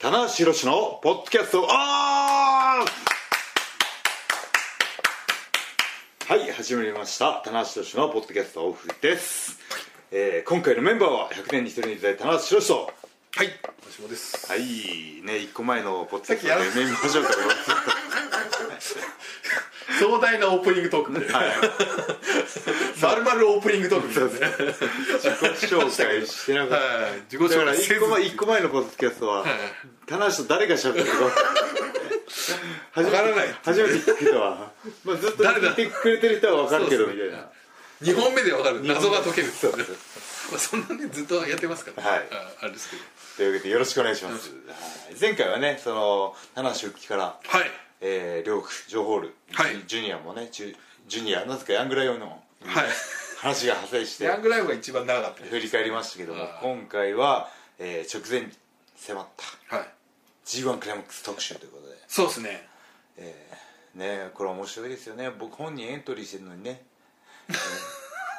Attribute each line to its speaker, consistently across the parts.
Speaker 1: 棚橋宏のポッドキャストオンはい始まりました棚橋宏のポッドキャストオフです、えー今回のメンバーは100年に一人の時代棚橋宏と
Speaker 2: はい、私もです。
Speaker 1: はいね一個前のポッドキャストで
Speaker 2: さっき
Speaker 1: メンバー紹介を
Speaker 2: 壮大なオープニングトークみたいな。まるまるオープニングトークみたいなね。
Speaker 1: 自己紹介してなかっ
Speaker 2: はい、自己紹
Speaker 1: ただから
Speaker 2: 介せ
Speaker 1: 一
Speaker 2: ず
Speaker 1: 個前一個前のポッドキャストは棚橋と誰が喋ってるか分
Speaker 2: わからない
Speaker 1: 初めて聞く人は、まあ、ずっと聞いてくれてる人は分かるけど
Speaker 2: 誰
Speaker 1: み
Speaker 2: だ
Speaker 1: たいな
Speaker 2: 二本目でわかる謎が解ける。
Speaker 1: そうそう
Speaker 2: まあそんなねずっとやってますから。
Speaker 1: はい
Speaker 2: ああれですけど。
Speaker 1: というわけでよろしくお願いします、はい前回はねその棚橋復帰から、
Speaker 2: はい。
Speaker 1: えー、両国ジョーホール、
Speaker 2: はい
Speaker 1: ジュニアもねジュジュニアなぜかヤングライオンの
Speaker 2: はい。
Speaker 1: 話が派生して
Speaker 2: ヤングライブが一番長かったで
Speaker 1: 振り返りましたけども
Speaker 2: あー
Speaker 1: 今回は、えー直前に迫った
Speaker 2: す。はい。
Speaker 1: G1 クライマックス特集ということで
Speaker 2: そうですね。
Speaker 1: ねこれ面白いですよね僕本人エントリーしてるのにね、えー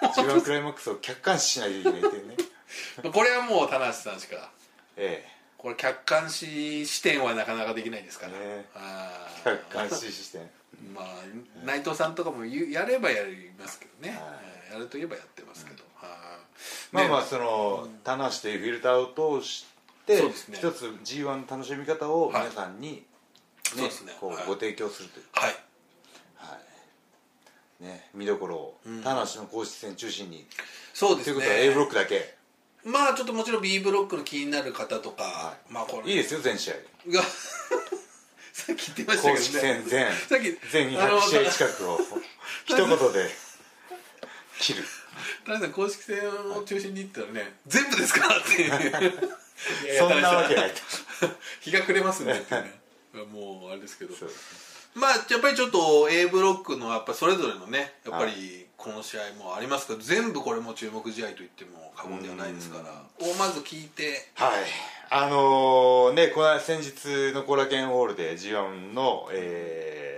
Speaker 1: G1 クライマックスを客観視しないといけないっていうね
Speaker 2: これはもう田無さんしか。
Speaker 1: え
Speaker 2: これ客観視視点はなかなかできないですから。
Speaker 1: ね
Speaker 2: あ
Speaker 1: え
Speaker 2: あ。
Speaker 1: 客観視視点
Speaker 2: まあ内藤さんとかも言うやればやりますけどね。
Speaker 1: は
Speaker 2: やるといえばやってますけど。はい
Speaker 1: まあまあ
Speaker 2: ね
Speaker 1: その棚橋というフィルターを通して
Speaker 2: そうですね
Speaker 1: 一つ G1 の楽しみ方を
Speaker 2: はい
Speaker 1: 皆さんに
Speaker 2: そう
Speaker 1: ね
Speaker 2: ですね
Speaker 1: こ
Speaker 2: はいう
Speaker 1: ご提供するという
Speaker 2: はい。
Speaker 1: はいね見どころを棚橋の公式戦中心に
Speaker 2: そうで
Speaker 1: とい
Speaker 2: す
Speaker 1: う
Speaker 2: ね
Speaker 1: ことは A ブロックだけ
Speaker 2: まあちょっともちろん B ブロックの気になる方とか、
Speaker 1: はい
Speaker 2: まあこ
Speaker 1: いい
Speaker 2: れ
Speaker 1: ですよ全試合
Speaker 2: が さっき言ってましたけどね
Speaker 1: 公式戦全
Speaker 2: さっき
Speaker 1: 全
Speaker 2: あ
Speaker 1: 100
Speaker 2: の
Speaker 1: 試合近くを一言で切る
Speaker 2: 田中さん公式戦を中心に言ったらね全部ですからっていういやいや
Speaker 1: そんなわけない
Speaker 2: 田中さん 日が暮れますねっていうねもうあれですけど
Speaker 1: そう
Speaker 2: まあやっぱりちょっと A ブロックのやっぱそれぞれのねやっぱりこの試合もありますけど全部これも注目試合と言っても過言ではないですからをまず聞いて
Speaker 1: はいあのーねこの先日の後楽園ホールで G1 の、えー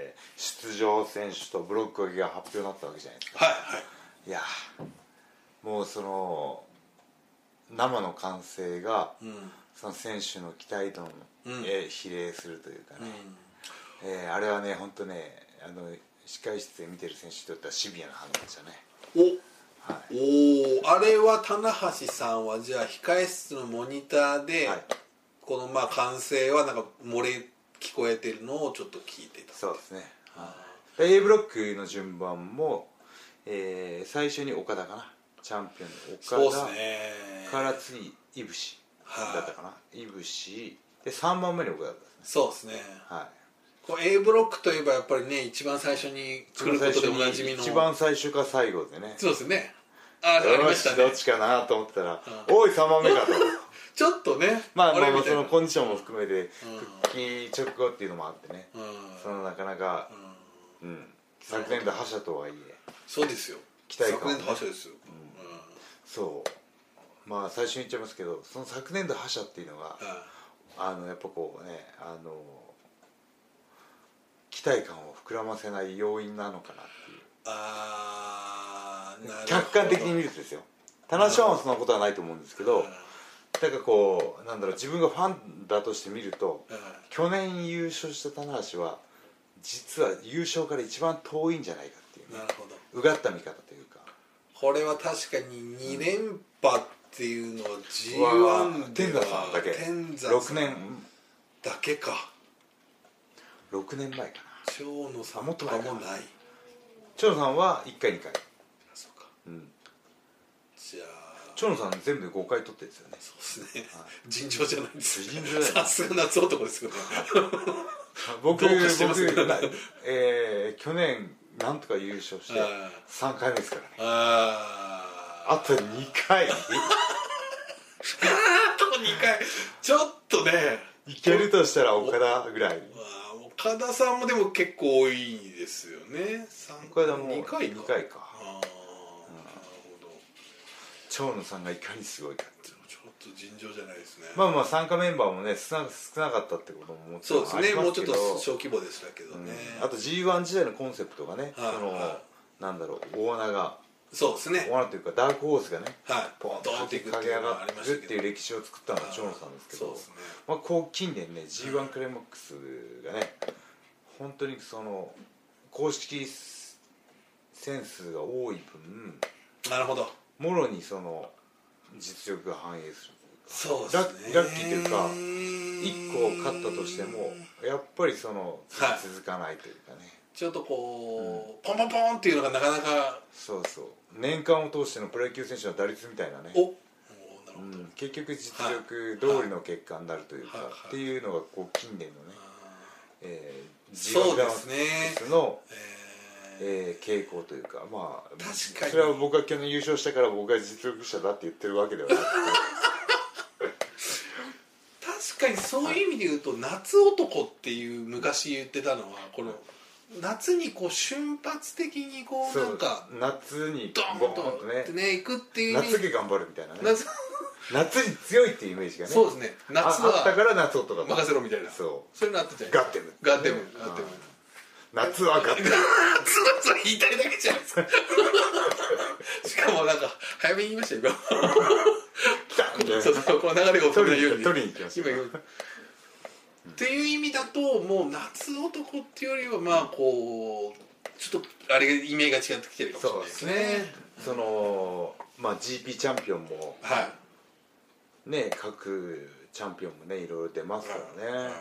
Speaker 1: 出場選手とブロック分けが発表になったわけじゃないですか
Speaker 2: はいはい
Speaker 1: いやーもうその生の歓声が、
Speaker 2: ん
Speaker 1: その選手の期待度
Speaker 2: うん
Speaker 1: に、えー比例するというかね、えーあれはね本当ねあの控室で見てる選手にとってはシビアな反応でしたね
Speaker 2: お、おーあれは棚橋さんはじゃあ控室のモニターで、
Speaker 1: はい
Speaker 2: このまあ歓声はなんか漏れ聞こえてるのをちょっと聞いてた
Speaker 1: そうですね、で A ブロックの順番も、えー最初に岡田かなチャンピオン
Speaker 2: そ
Speaker 1: の
Speaker 2: うで
Speaker 1: 岡
Speaker 2: す
Speaker 1: 田、
Speaker 2: ね
Speaker 1: から次いぶし
Speaker 2: はい
Speaker 1: だったかないぶしで3番目に岡田だったんです
Speaker 2: そうですね
Speaker 1: はい
Speaker 2: こう A ブロックといえばやっぱりね一番最初に来ることでおなじみの
Speaker 1: 一番最初か最後でね
Speaker 2: そうですねああり
Speaker 1: よ
Speaker 2: まし
Speaker 1: したどっ
Speaker 2: ね
Speaker 1: ちかなと思ったら「おい3番目か」 と
Speaker 2: ちょっとね
Speaker 1: まあ
Speaker 2: あ
Speaker 1: ま
Speaker 2: れ
Speaker 1: あまあ
Speaker 2: みた
Speaker 1: そ
Speaker 2: いな
Speaker 1: のコンディションも含めて復帰直後っていうのもあってね
Speaker 2: うん
Speaker 1: そのなかなかうん昨年度覇者とはいえ
Speaker 2: そうですよ
Speaker 1: 期待感
Speaker 2: 昨年の覇者ですよ、うん
Speaker 1: そうまあ最初に言っちゃいますけどその昨年度覇者っていうのが
Speaker 2: あ
Speaker 1: あのやっぱこうねあの期待感を膨らませない要因なのかなっていう
Speaker 2: あーなるほど
Speaker 1: 客観的に見るとですよ田中はそんなことはないと思うんですけどなんかこうなんだろう自分がファンだとして見ると
Speaker 2: うん
Speaker 1: 去年優勝した棚橋は実は優勝から一番遠いんじゃないかっていうね
Speaker 2: なるほど
Speaker 1: うがった見方というか
Speaker 2: これは確かに2連覇っていうのは
Speaker 1: うわ
Speaker 2: G1 で
Speaker 1: 天
Speaker 2: は
Speaker 1: 山さんだけ
Speaker 2: 天山さ
Speaker 1: 6
Speaker 2: ん
Speaker 1: 年
Speaker 2: だけか
Speaker 1: 6年前かな
Speaker 2: 長野さん
Speaker 1: も
Speaker 2: も
Speaker 1: っと前か
Speaker 2: もない
Speaker 1: 長野さんは1回2回
Speaker 2: そうか
Speaker 1: うん
Speaker 2: じゃあ
Speaker 1: 長野さん全部で5回取ってるんです よね
Speaker 2: そうですね尋常じゃないです
Speaker 1: 尋常じゃない
Speaker 2: さすが夏男ですけどね
Speaker 1: 僕
Speaker 2: どうかしてますね
Speaker 1: 僕 えー去年なんとか優勝して
Speaker 2: あ
Speaker 1: 3回目ですからね
Speaker 2: あー
Speaker 1: あと2回
Speaker 2: あと2回ちょっとね
Speaker 1: いけるとしたら岡田ぐらい
Speaker 2: まあ岡田さんもでも結構多いですよね三
Speaker 1: 岡田も
Speaker 2: 二回か
Speaker 1: 二回か
Speaker 2: ああなるほど
Speaker 1: 長野さんがいかにすごいかっていう
Speaker 2: ちょっと尋常じゃないですね、
Speaker 1: まあまあ参加メンバーもね少な少なかったってことももち
Speaker 2: そう
Speaker 1: ろん
Speaker 2: です
Speaker 1: あり
Speaker 2: ね
Speaker 1: ま
Speaker 2: も
Speaker 1: す
Speaker 2: うち
Speaker 1: け
Speaker 2: ょっ
Speaker 1: ど
Speaker 2: と小規模でしたけどね、
Speaker 1: うんあと G1 時代のコンセプトがね、
Speaker 2: はい
Speaker 1: その
Speaker 2: は
Speaker 1: なんだろう大穴が
Speaker 2: そうですね
Speaker 1: 罠というかダークホースがね
Speaker 2: はい
Speaker 1: ポン
Speaker 2: ド
Speaker 1: と
Speaker 2: ーンっていくっ
Speaker 1: 駆
Speaker 2: て
Speaker 1: け上
Speaker 2: いうの
Speaker 1: が
Speaker 2: がありま
Speaker 1: るっ
Speaker 2: した
Speaker 1: て
Speaker 2: け
Speaker 1: い
Speaker 2: ど
Speaker 1: う歴史を作ったのは蝶野さんですけ
Speaker 2: そう
Speaker 1: ど
Speaker 2: ですね
Speaker 1: まあ、こう近年ね g 1クライマックスがね本当にその公式センスが多い分
Speaker 2: なるほど
Speaker 1: もろにその実力が反映する
Speaker 2: そうですね
Speaker 1: ラッラッキーというか
Speaker 2: 一
Speaker 1: 1個勝ったとしてもやっぱりその
Speaker 2: はい
Speaker 1: 続かないというかね、
Speaker 2: ちょっとこう、ポンポンポンっていうのがなかなか
Speaker 1: そうそう年間を通してのプロ野球選手の打率みたいなね
Speaker 2: お、おーなる
Speaker 1: う
Speaker 2: ほど、
Speaker 1: ん、結局実力通りの結果になるというか、
Speaker 2: はいはい
Speaker 1: っていうのがこう近年のね、えー、
Speaker 2: そうで
Speaker 1: G1
Speaker 2: すね
Speaker 1: クライマックスの
Speaker 2: えー
Speaker 1: えー傾向というかまあ
Speaker 2: 確かに
Speaker 1: それは僕が去年優勝したから僕が実力者だって言ってるわけではな くて
Speaker 2: 確かにそういう意味で言うと、夏男っていう昔言ってたのはこの夏にこう瞬発的にこう
Speaker 1: そう
Speaker 2: なんか
Speaker 1: 夏に
Speaker 2: ドー
Speaker 1: ボー
Speaker 2: ン
Speaker 1: ン
Speaker 2: と
Speaker 1: と
Speaker 2: ね
Speaker 1: ね
Speaker 2: 行くっていう意味
Speaker 1: 夏に頑張るみたいなね
Speaker 2: 夏
Speaker 1: 夏に強いっていうイメージがね
Speaker 2: そうですね
Speaker 1: あ
Speaker 2: 夏
Speaker 1: あった
Speaker 2: は
Speaker 1: から夏男だ
Speaker 2: 任せろみたいな
Speaker 1: そ
Speaker 2: それなってた
Speaker 1: う
Speaker 2: よ
Speaker 1: ガッテム
Speaker 2: ガッテム
Speaker 1: ね
Speaker 2: ガッテム
Speaker 1: うん夏はガッテム
Speaker 2: 夏はそれ言いたいだけじゃないで すかしかもなんか早めに言いましたよ
Speaker 1: 来たみたい
Speaker 2: 今
Speaker 1: な
Speaker 2: そうそうこの流れが起こら
Speaker 1: 取
Speaker 2: な
Speaker 1: り
Speaker 2: い
Speaker 1: に行き
Speaker 2: ように
Speaker 1: 取りに行きました
Speaker 2: 今よっていう意味だともう夏男っていうよりはまあこうちょっとあれが意味合いが違ってきてるかもし
Speaker 1: そ
Speaker 2: れ
Speaker 1: う
Speaker 2: ない
Speaker 1: で
Speaker 2: ですす
Speaker 1: ね
Speaker 2: ね
Speaker 1: そのまあ GP チャンピオンも
Speaker 2: はい
Speaker 1: ね各チャンピオンもねいろいろ出ますからね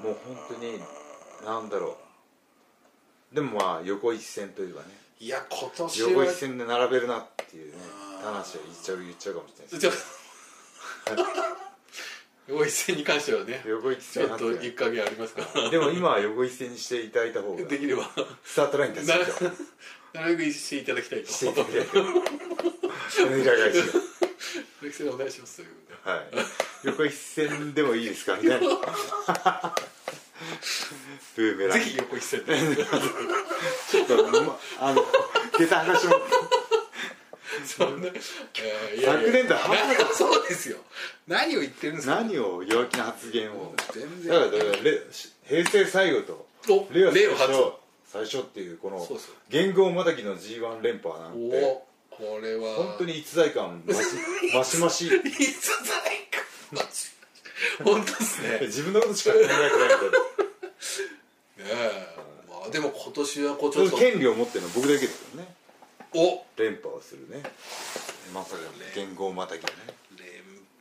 Speaker 1: もう本当になんだろうでもまあ横一線といえばね
Speaker 2: いや今年
Speaker 1: 横
Speaker 2: は
Speaker 1: 一線で並べるなっていうね
Speaker 2: あー
Speaker 1: 話は言っちゃう言っちゃうかもしれないです
Speaker 2: ちょっと横一線に関してはね
Speaker 1: 横一
Speaker 2: ち
Speaker 1: 線
Speaker 2: ょっ
Speaker 1: なん
Speaker 2: と
Speaker 1: て
Speaker 2: 一か月ありますから
Speaker 1: でも今は横一線にしていただいた方が
Speaker 2: できれば
Speaker 1: スタートラインです
Speaker 2: な
Speaker 1: よ
Speaker 2: るなるべくしていただきたいと
Speaker 1: していただいた方が裏返し
Speaker 2: 鈴木さんお願いしますという
Speaker 1: がはい横一線でもいいですか みたいなブーメラン
Speaker 2: ぜひ横一 線で
Speaker 1: ちょっとまあの下駄話も
Speaker 2: そんな、えーいやいや
Speaker 1: 昨年度は
Speaker 2: そうですよ何を言ってるんですか
Speaker 1: 何を弱気な発言を
Speaker 2: 全
Speaker 1: だからだからレ平成最後と
Speaker 2: お
Speaker 1: 令和
Speaker 2: 令
Speaker 1: 最
Speaker 2: 和
Speaker 1: 初
Speaker 2: 初
Speaker 1: 最初っていうこの
Speaker 2: そうそう
Speaker 1: 元号またぎの g 1連覇なん
Speaker 2: お
Speaker 1: て
Speaker 2: これは
Speaker 1: 本当に逸材感 ましましまし
Speaker 2: いつだいか本当ですねね
Speaker 1: 自分のことしか考えてないか
Speaker 2: えまあでも今年はこうちょ
Speaker 1: ら
Speaker 2: っ
Speaker 1: そ
Speaker 2: と
Speaker 1: の権利を持ってるのは僕だけですよね
Speaker 2: お
Speaker 1: 連覇をするねまさかの元号またぎのね
Speaker 2: 連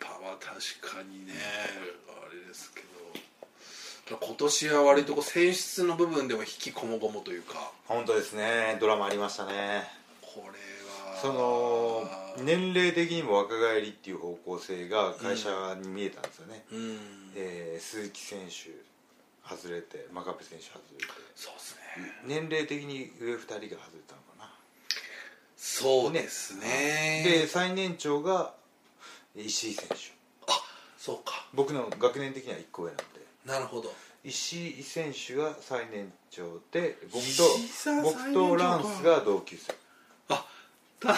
Speaker 2: 覇は確かにねあれですけど今年は割とこう選出の部分でも引きこもごもというか
Speaker 1: 本当ですねドラマありましたね
Speaker 2: これは
Speaker 1: その年齢的にも若返りっていう方向性が会社に見えたんですよね、
Speaker 2: うん
Speaker 1: えー鈴木選手外れて真壁選手外れて
Speaker 2: そうですね
Speaker 1: 年齢的に上2人が外れたのか
Speaker 2: そうですね
Speaker 1: なで最年長が石井選手
Speaker 2: そうか
Speaker 1: 僕の学年的には1個上なんで
Speaker 2: なるほど
Speaker 1: 石井選手が最年長で僕
Speaker 2: 石井さ
Speaker 1: と
Speaker 2: ん
Speaker 1: 僕と
Speaker 2: 最年長か
Speaker 1: ランスが同級生
Speaker 2: あ田橋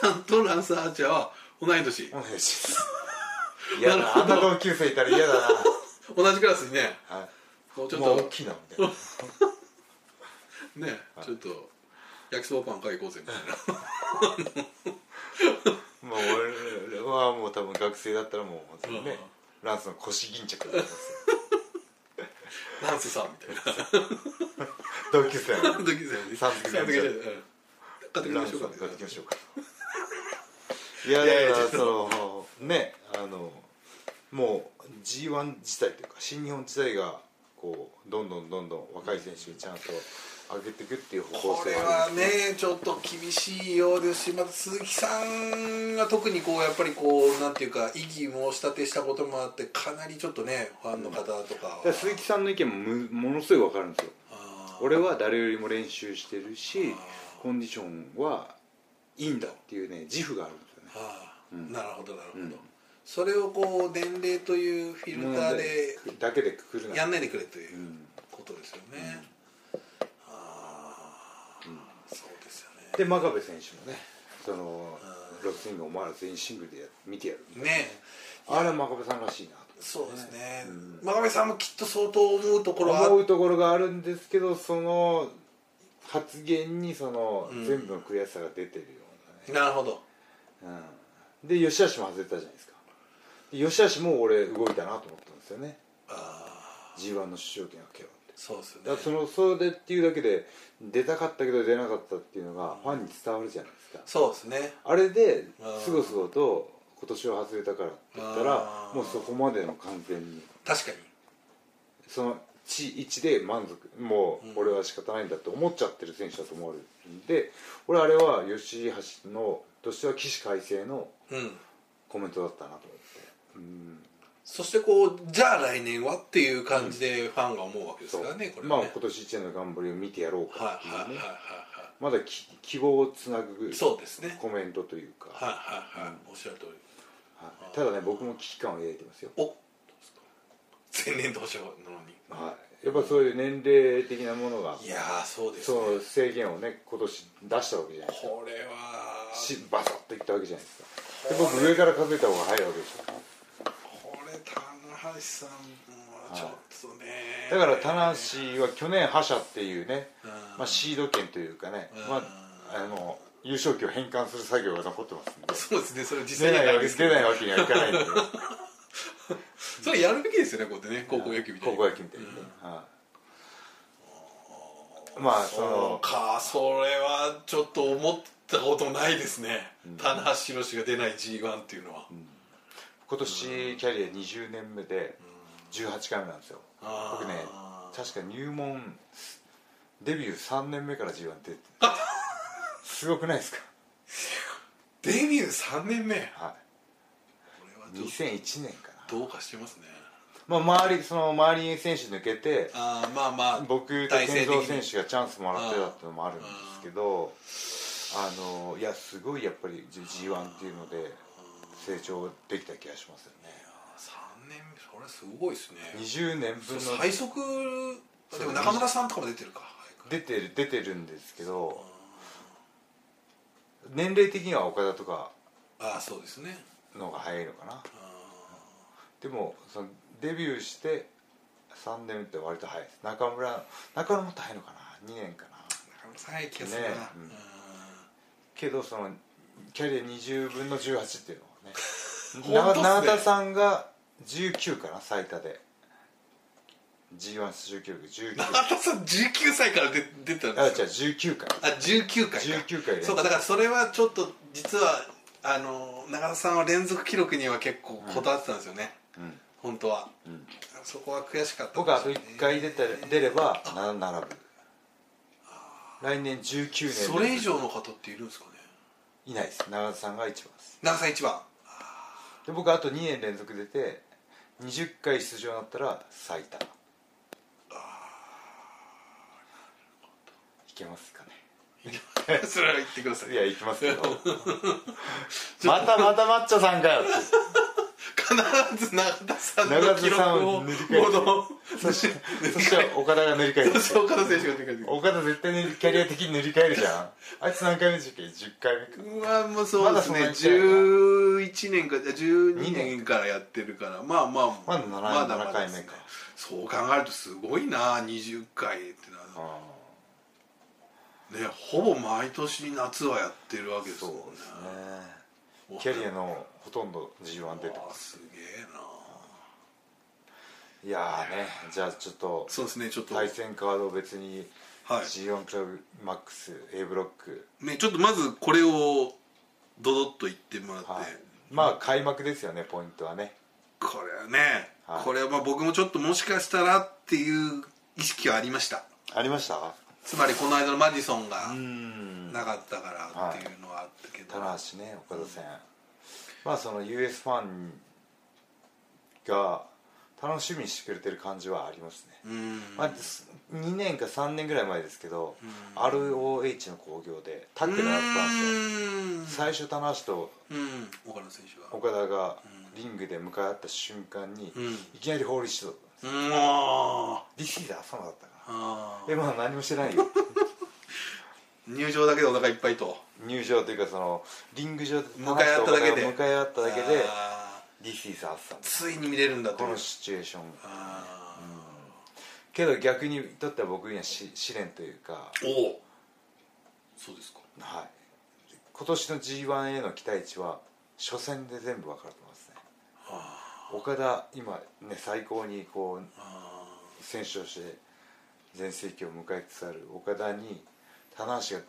Speaker 2: さんとランサーチャーは同い年
Speaker 1: お願いします 嫌
Speaker 2: なる
Speaker 1: だ
Speaker 2: ほど
Speaker 1: あんな同級生いたら嫌だ
Speaker 2: 同じクラスにね
Speaker 1: な、は
Speaker 2: もう
Speaker 1: い、
Speaker 2: ちょっ
Speaker 1: もう大
Speaker 2: と
Speaker 1: きいなみたいな
Speaker 2: ねちょっと焼きそばパン買い行こうぜみたい な
Speaker 1: まあ俺らはもう多分学生だったらもう本当にね、ランスの腰巾着だと思いますよ
Speaker 2: ランスさん みたいな
Speaker 1: 同級生
Speaker 2: あの時ですよね
Speaker 1: さん付け
Speaker 2: さん付けじゃないうん買ってき
Speaker 1: ラ
Speaker 2: ま
Speaker 1: ン
Speaker 2: し
Speaker 1: ス
Speaker 2: ょう
Speaker 1: さ
Speaker 2: か
Speaker 1: ん買っ
Speaker 2: みたいな
Speaker 1: てきましょうかいや
Speaker 2: いやいや
Speaker 1: だからそ
Speaker 2: ち
Speaker 1: のねあのもう g 1時代というか新日本時代がこうどんどんどんどん若い選手にチャンスを上げていくっていう方
Speaker 2: こ
Speaker 1: 向性
Speaker 2: れ
Speaker 1: はあ
Speaker 2: は
Speaker 1: ります
Speaker 2: ねちょっと厳しいようですしまた鈴木さんが特にこうやっぱりこうなんていうか異議申し立てしたこともあってかなりちょっとねファンの方とかは
Speaker 1: だから鈴木さんの意見もむものすごい分かるんですよ
Speaker 2: あー
Speaker 1: 俺は誰よりも練習してるし
Speaker 2: あ
Speaker 1: コンディションはいいんだっていうね自負があるんですよね
Speaker 2: ああ
Speaker 1: うん
Speaker 2: なるほどなるほど、
Speaker 1: うん
Speaker 2: それをこう年齢というフィルターで
Speaker 1: だけでくくるな
Speaker 2: やんないでくれといううんことですよね、ああ、そうですよ
Speaker 1: で真壁選手もねそのロスイングお前ら全員シングルでや見てやる
Speaker 2: ねね
Speaker 1: あれは真壁さんらしいな
Speaker 2: そうですね
Speaker 1: うん
Speaker 2: 真壁さんもきっと相当思うところは
Speaker 1: 思うところがあるんですけどその発言にその
Speaker 2: うん
Speaker 1: 全部の悔しさが出てるようね、
Speaker 2: なるほど
Speaker 1: うん、で吉橋も外れたじゃないですかで吉橋も俺動いたなと思ったんですよね
Speaker 2: ああ
Speaker 1: G1 の出場権がけよって
Speaker 2: そうですよ
Speaker 1: だからそ
Speaker 2: ね
Speaker 1: のそれっていうだけで出たかったけど出なかったっていうのがファンに伝わるじゃないですか
Speaker 2: そうですね
Speaker 1: あれで
Speaker 2: うん
Speaker 1: すごすごと今年は外れたからって言ったら
Speaker 2: う
Speaker 1: も
Speaker 2: ん
Speaker 1: うそこまでの完全に
Speaker 2: 確かに
Speaker 1: その地位置で満足も
Speaker 2: うん
Speaker 1: う俺は仕方ないんだって思っちゃってる選手だと思われるんで俺あれは吉橋のとしては起死回生の
Speaker 2: うん
Speaker 1: コメントだったなと思ってうん
Speaker 2: そしてこうじゃあ来年はっていう感じでファンが思うわけですからね、これ
Speaker 1: ま
Speaker 2: は
Speaker 1: あ
Speaker 2: ね
Speaker 1: 今年一年の頑張りを見てやろうか
Speaker 2: は
Speaker 1: って
Speaker 2: い
Speaker 1: いう
Speaker 2: はいはい
Speaker 1: ね
Speaker 2: はいは
Speaker 1: まだき希望をつなぐ
Speaker 2: いそうですね
Speaker 1: コメントというか、
Speaker 2: はいはいはいおっしゃる通り
Speaker 1: はいただね僕も危機感を抱いてますよ、
Speaker 2: おどうですか前年同士なのに
Speaker 1: はい、やっぱそういう年齢的なものが
Speaker 2: いやーそうですね
Speaker 1: その制限をね今年出したわけじゃないですか
Speaker 2: これは
Speaker 1: しバサッといったわけじゃないですかで僕上から数えた方が早いわけでしょ
Speaker 2: これ棚橋さんはちょっとね、
Speaker 1: だから棚橋は去年覇者っていうね、
Speaker 2: うん
Speaker 1: まあ、シード権というかね、
Speaker 2: うん
Speaker 1: まあ、あの優勝旗を返還する作業が残ってますんで
Speaker 2: そうですねそれ実
Speaker 1: 出
Speaker 2: 際に
Speaker 1: な
Speaker 2: や
Speaker 1: い
Speaker 2: る
Speaker 1: わ
Speaker 2: ん
Speaker 1: け
Speaker 2: ですけ
Speaker 1: 出
Speaker 2: ど
Speaker 1: ないわけにはいかないんで
Speaker 2: それやるべきですよねこうやってね高校野球みた
Speaker 1: 高
Speaker 2: いに
Speaker 1: 校野球みたいにね、はいまあそ
Speaker 2: そう
Speaker 1: の
Speaker 2: かそれはちょっと思ったことないですね、棚橋宏が出ない g 1っていうのは、
Speaker 1: 今年キャリア20年目で18回目なんですよ
Speaker 2: あー
Speaker 1: 僕ね確か入門デビュー3年目から G1 出てるすごくないですか
Speaker 2: デビュー3年目こ
Speaker 1: は
Speaker 2: れはいちょっ
Speaker 1: 2001年か
Speaker 2: とどうかしてますね
Speaker 1: な、まあ、周りその周りに選手抜けて
Speaker 2: ああまあまあ
Speaker 1: 僕と
Speaker 2: 体
Speaker 1: 健
Speaker 2: 制的に
Speaker 1: 三選手がチャンスもらってたっていうのもあるんですけどあのいやすごいやっぱり G1 っていうので成長できた気がしますよね
Speaker 2: 3年目それすごいですね
Speaker 1: 20年
Speaker 2: そ
Speaker 1: 分
Speaker 2: う
Speaker 1: の
Speaker 2: 最速でも中村さんとかも出てるか
Speaker 1: 出てる出てるんですけど年齢的には岡田とか
Speaker 2: ああそうですね
Speaker 1: の方が早いのかなでもそのデビューして3年って割と早いです中村中村もっと早いのかな2年かな
Speaker 2: 中村さん早い気がするな、
Speaker 1: ねうんけどそのキャリア20分の18っていうのは
Speaker 2: 本
Speaker 1: ね
Speaker 2: 当っすね
Speaker 1: な永田さんが19かな最多で G1 出場記録19
Speaker 2: 中田さん19歳から出出てたん
Speaker 1: あ違う
Speaker 2: ですよ
Speaker 1: 19か
Speaker 2: あ19回か
Speaker 1: 19回連続
Speaker 2: そうかだからそれはちょっと実はあの中田さんは連続記録には結構こだわってたんですよね、
Speaker 1: うん
Speaker 2: 本当は
Speaker 1: うん
Speaker 2: そこは悔しかった
Speaker 1: 僕はあと
Speaker 2: 一
Speaker 1: 1回出た出ればな並ぶ来年19年で
Speaker 2: それ以上の方っているんですかね
Speaker 1: いないです永田さんが一番です
Speaker 2: 中田さん 一番
Speaker 1: で僕あと2年連続出て20回出場になったら最多いけますかね
Speaker 2: それは言ってください
Speaker 1: いやいきますけど またまたマッチョさんかよって
Speaker 2: 必ず永田さん
Speaker 1: 長
Speaker 2: の
Speaker 1: 津
Speaker 2: 記
Speaker 1: さ
Speaker 2: 録
Speaker 1: ん
Speaker 2: を
Speaker 1: を塗り替えて
Speaker 2: 戻
Speaker 1: そ してそして岡田が塗り替えて
Speaker 2: そして岡田選手が出てくる
Speaker 1: 岡田絶対にキャリア的に塗り替えるじゃんあいつ何回目でしたっけ10回目か
Speaker 2: うわもうそうですね
Speaker 1: まだそんなに
Speaker 2: 11年か12
Speaker 1: 2
Speaker 2: 年からやってるからまあまあ
Speaker 1: まだ7
Speaker 2: まです
Speaker 1: 7回目
Speaker 2: ね
Speaker 1: か
Speaker 2: そう考えるとすごいな20回ってな
Speaker 1: あ
Speaker 2: ねほぼ毎年夏はやってるわけ
Speaker 1: ー
Speaker 2: ですもん
Speaker 1: そうです
Speaker 2: ね
Speaker 1: ね キャリアのほとんど G1 出て
Speaker 2: わ
Speaker 1: ま
Speaker 2: あ
Speaker 1: す
Speaker 2: すげえない
Speaker 1: やーねじゃあちょっと
Speaker 2: そうですねちょっとは
Speaker 1: 対
Speaker 2: い
Speaker 1: 戦カードを別に G1 クラブマックス A ブロック
Speaker 2: ねちょっとまずこれをドドッと言ってもらって
Speaker 1: はいまあ開幕ですよねポイントはね
Speaker 2: これはね
Speaker 1: はい
Speaker 2: これはまあ僕もちょっともしかしたらっていう意識はありました
Speaker 1: ありました
Speaker 2: つまりこの間のマディソンが
Speaker 1: うん
Speaker 2: なかったからっていうのはあったけど、
Speaker 1: 棚橋ね岡田戦まあその US ファンが楽しみにしてくれてる感じはありますね
Speaker 2: うん
Speaker 1: まあ、2年か3年ぐらい前ですけど ROH の興行でタッグがあったんですよ最初棚橋と
Speaker 2: うんうん岡野選手が
Speaker 1: 岡田がリングで向かい合った瞬間に、
Speaker 2: うん
Speaker 1: いきなり法律しと
Speaker 2: うんあ
Speaker 1: DC で朝まだったか
Speaker 2: ーあ
Speaker 1: らえまあ何もして ないよ
Speaker 2: ー入場だけでお腹いっぱいと
Speaker 1: 入場というかそのリング上で
Speaker 2: 向かい合っただけで
Speaker 1: 向かい合っただけで
Speaker 2: あ
Speaker 1: DC で朝
Speaker 2: ーついに見れるんだと
Speaker 1: こ
Speaker 2: 思う
Speaker 1: のシチュエーション
Speaker 2: あ
Speaker 1: けど逆にとっては僕にはし試練というか
Speaker 2: ーおおそうですか
Speaker 1: はい今年の g 1への期待値は初戦で全部分かってますね岡田今ね最高にこう
Speaker 2: あ
Speaker 1: 選手として全盛期を迎えつつある岡田に棚橋が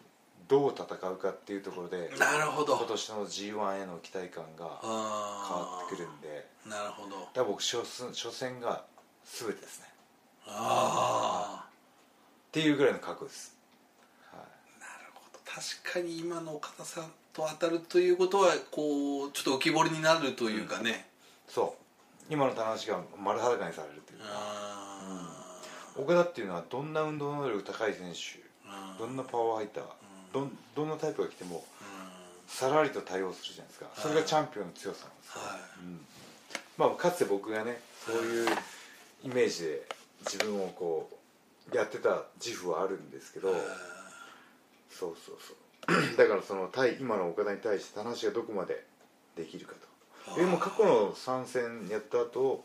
Speaker 1: どう戦うかっていうところで
Speaker 2: ーなるほど
Speaker 1: 今年の g 1への期待感が変わ
Speaker 2: あ
Speaker 1: ってくるんで
Speaker 2: ーなるほど
Speaker 1: だから僕初戦初戦が全てですね
Speaker 2: ああ
Speaker 1: っていうぐらいの覚悟です、はい
Speaker 2: なるほど確かに今の岡田さんと当たるということはこうちょっと浮き彫りになるというかね、
Speaker 1: そう今の棚橋が丸裸にされるという
Speaker 2: あ
Speaker 1: 岡田っていうのはどんな運動能力高い選手
Speaker 2: あ
Speaker 1: どんなパワー入ったどんどんなタイプが来てもさらりと対応するじゃないですかそれがチャンピオンの強さなんですよ
Speaker 2: はい
Speaker 1: まあ、かつて僕がねそういうイメージで自分をこうやってた自負はあるんですけどそうそうそう だからその対今の岡田に対して田橋がどこまでできるかとでも過去の参戦やった後、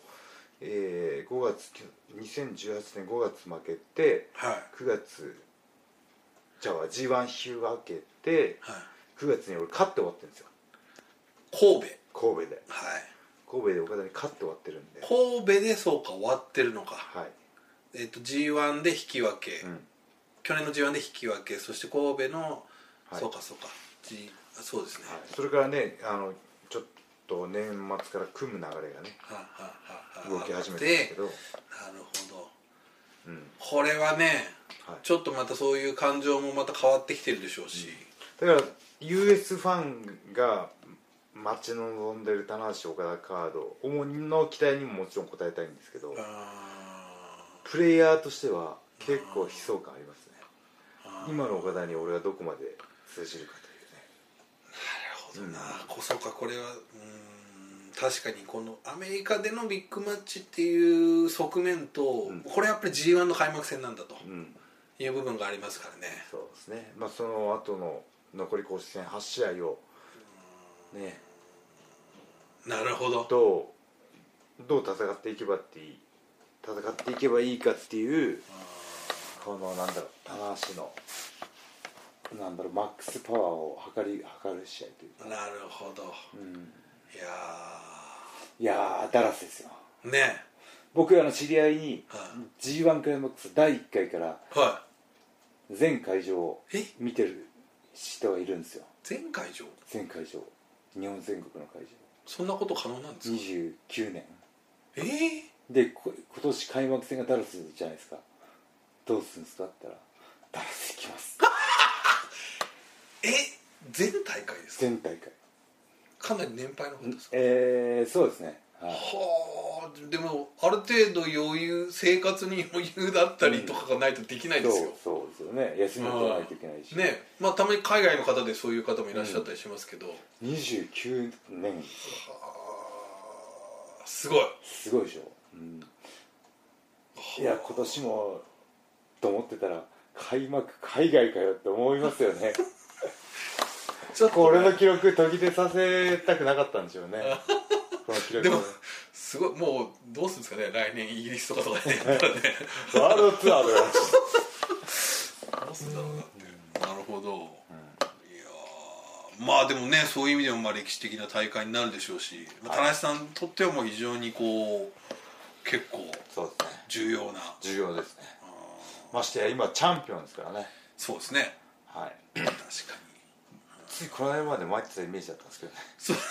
Speaker 1: えー、5月2018年5月負けて
Speaker 2: はい
Speaker 1: 9月じゃあ g 1日分けて
Speaker 2: はい
Speaker 1: 9月に俺勝って終わってるんですよ
Speaker 2: 神戸
Speaker 1: 神戸で
Speaker 2: はい
Speaker 1: 神戸で岡田に勝って終わってるんでは
Speaker 2: 神戸でそうか終わってるのか、
Speaker 1: い
Speaker 2: えっと g 1で引き分け、
Speaker 1: うん
Speaker 2: 去年の g 1で引き分けそして神戸の、
Speaker 1: はい
Speaker 2: そうかそうか、G、そうですね、
Speaker 1: はい、それからねあのちょっと年末から組む流れがね
Speaker 2: はあはあはあ
Speaker 1: 動き始めたんですけど、
Speaker 2: なるほど
Speaker 1: うん
Speaker 2: これはね
Speaker 1: はい、
Speaker 2: ちょっとまたそういう感情もまた変わってきてるでしょうし、
Speaker 1: だから US ファンが待ち望んでる棚橋岡田カード主の期待にももちろん応えたいんですけど、
Speaker 2: あ
Speaker 1: プレイヤーとしては結構悲壮感ありますね
Speaker 2: あ
Speaker 1: 今の岡田に俺がどこまで通じるかと
Speaker 2: ーなるほどな、こそかこれはうーん確かにこのアメリカでのビッグマッチっていう側面と、
Speaker 1: ん
Speaker 2: これやっぱり g 1の開幕戦なんだと
Speaker 1: いうねうん
Speaker 2: いう部分がありますからね
Speaker 1: そうですねまあその後の残り公式戦8試合をね
Speaker 2: なるほど
Speaker 1: どうどう戦っていけばっていい戦っていけばいいかっていうこのなんだろう棚橋のなんだろうマックスパワーを測り測る試合というか、
Speaker 2: なるほど
Speaker 1: うん、
Speaker 2: いや
Speaker 1: いやーダラスですよ
Speaker 2: ーね
Speaker 1: 僕あの知り合いに
Speaker 2: は
Speaker 1: g 1クライマックス第1回から
Speaker 2: は
Speaker 1: 全会場を
Speaker 2: いえ
Speaker 1: 見てる人がいるんですよ
Speaker 2: 前回以上
Speaker 1: 全会場日本全国の会場
Speaker 2: そんなこと可能なんですか
Speaker 1: 29年
Speaker 2: えー
Speaker 1: でこ今年開幕戦がダラスじゃないですかどうするんですかって言ったら「ダラス行きます」
Speaker 2: え全大会ですか
Speaker 1: 全大会
Speaker 2: かなり年配の方ですか
Speaker 1: えー、そうですね、はい、
Speaker 2: はあでもある程度余裕生活に余裕だったりとかがないとできないで
Speaker 1: そう
Speaker 2: すよ、
Speaker 1: そうですよね休みを取らないといけないし、
Speaker 2: ねまあたまに海外の方でそういう方もいらっしゃったりしますけど、
Speaker 1: 29年
Speaker 2: あすごい
Speaker 1: すごいでしょ、うん、いや今年もと思ってたら開幕海外かよって思いますよね
Speaker 2: ちょっ
Speaker 1: ことれの記録途切れさせたくなかったんでしょう ねこの記録
Speaker 2: でもすごいもうどうするんですかね来年イギリスとかとかでやったらね
Speaker 1: ワールドツアーで
Speaker 2: どうするんだろうなってなるほど、いやーまあでもねそういう意味でもまあ歴史的な大会になるでしょうし、まあ、田中さんにとってはもう非常にこう結構
Speaker 1: そうですね
Speaker 2: 重要な
Speaker 1: 重要ですねましてや今チャンピオンですからね
Speaker 2: そうですね
Speaker 1: はい
Speaker 2: 確かに
Speaker 1: ついこの間まで待ってたイメージだったんですけどね
Speaker 2: そうで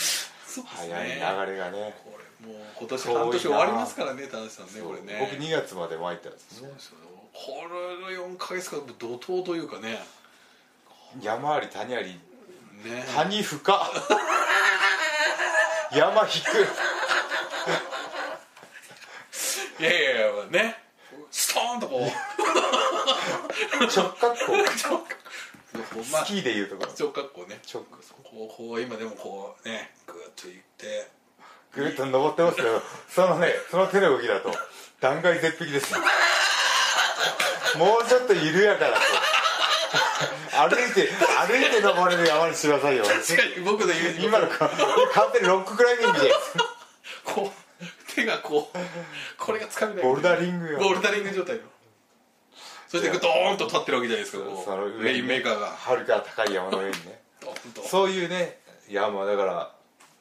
Speaker 2: すね
Speaker 1: 早い流れがね
Speaker 2: これもう今年半年終わりますからね田中さんね
Speaker 1: そう
Speaker 2: これね
Speaker 1: 僕2月まで巻いたんです
Speaker 2: そう
Speaker 1: ね
Speaker 2: ですよこれの4か月間怒涛というかね
Speaker 1: 山あり谷あり
Speaker 2: ね
Speaker 1: 谷深っ山引く
Speaker 2: いやいやいやねストーンとこう
Speaker 1: 直角 行
Speaker 2: 直角こうま
Speaker 1: ス
Speaker 2: あ
Speaker 1: キーでいうところ
Speaker 2: 直角こうね
Speaker 1: 直
Speaker 2: こうこう今でもこうねグーッといって
Speaker 1: ぐるっと登ってますけどそのねその手の動きだと断崖絶壁ですねもうちょっと緩やかだと歩いて歩いて登れる山にしてくださいよ
Speaker 2: 確かに僕の言うに
Speaker 1: 今のか完全にロッククライミングで
Speaker 2: こう手がこうこれがつかめない
Speaker 1: ボルダリングよ
Speaker 2: ボルダリング状態のそしてドーンと立ってるわけじゃないですかこ
Speaker 1: その
Speaker 2: う
Speaker 1: 上
Speaker 2: レ
Speaker 1: に
Speaker 2: インメーカーが
Speaker 1: はるか高い山の上にね
Speaker 2: ドーンと
Speaker 1: そういうねいやまあだから、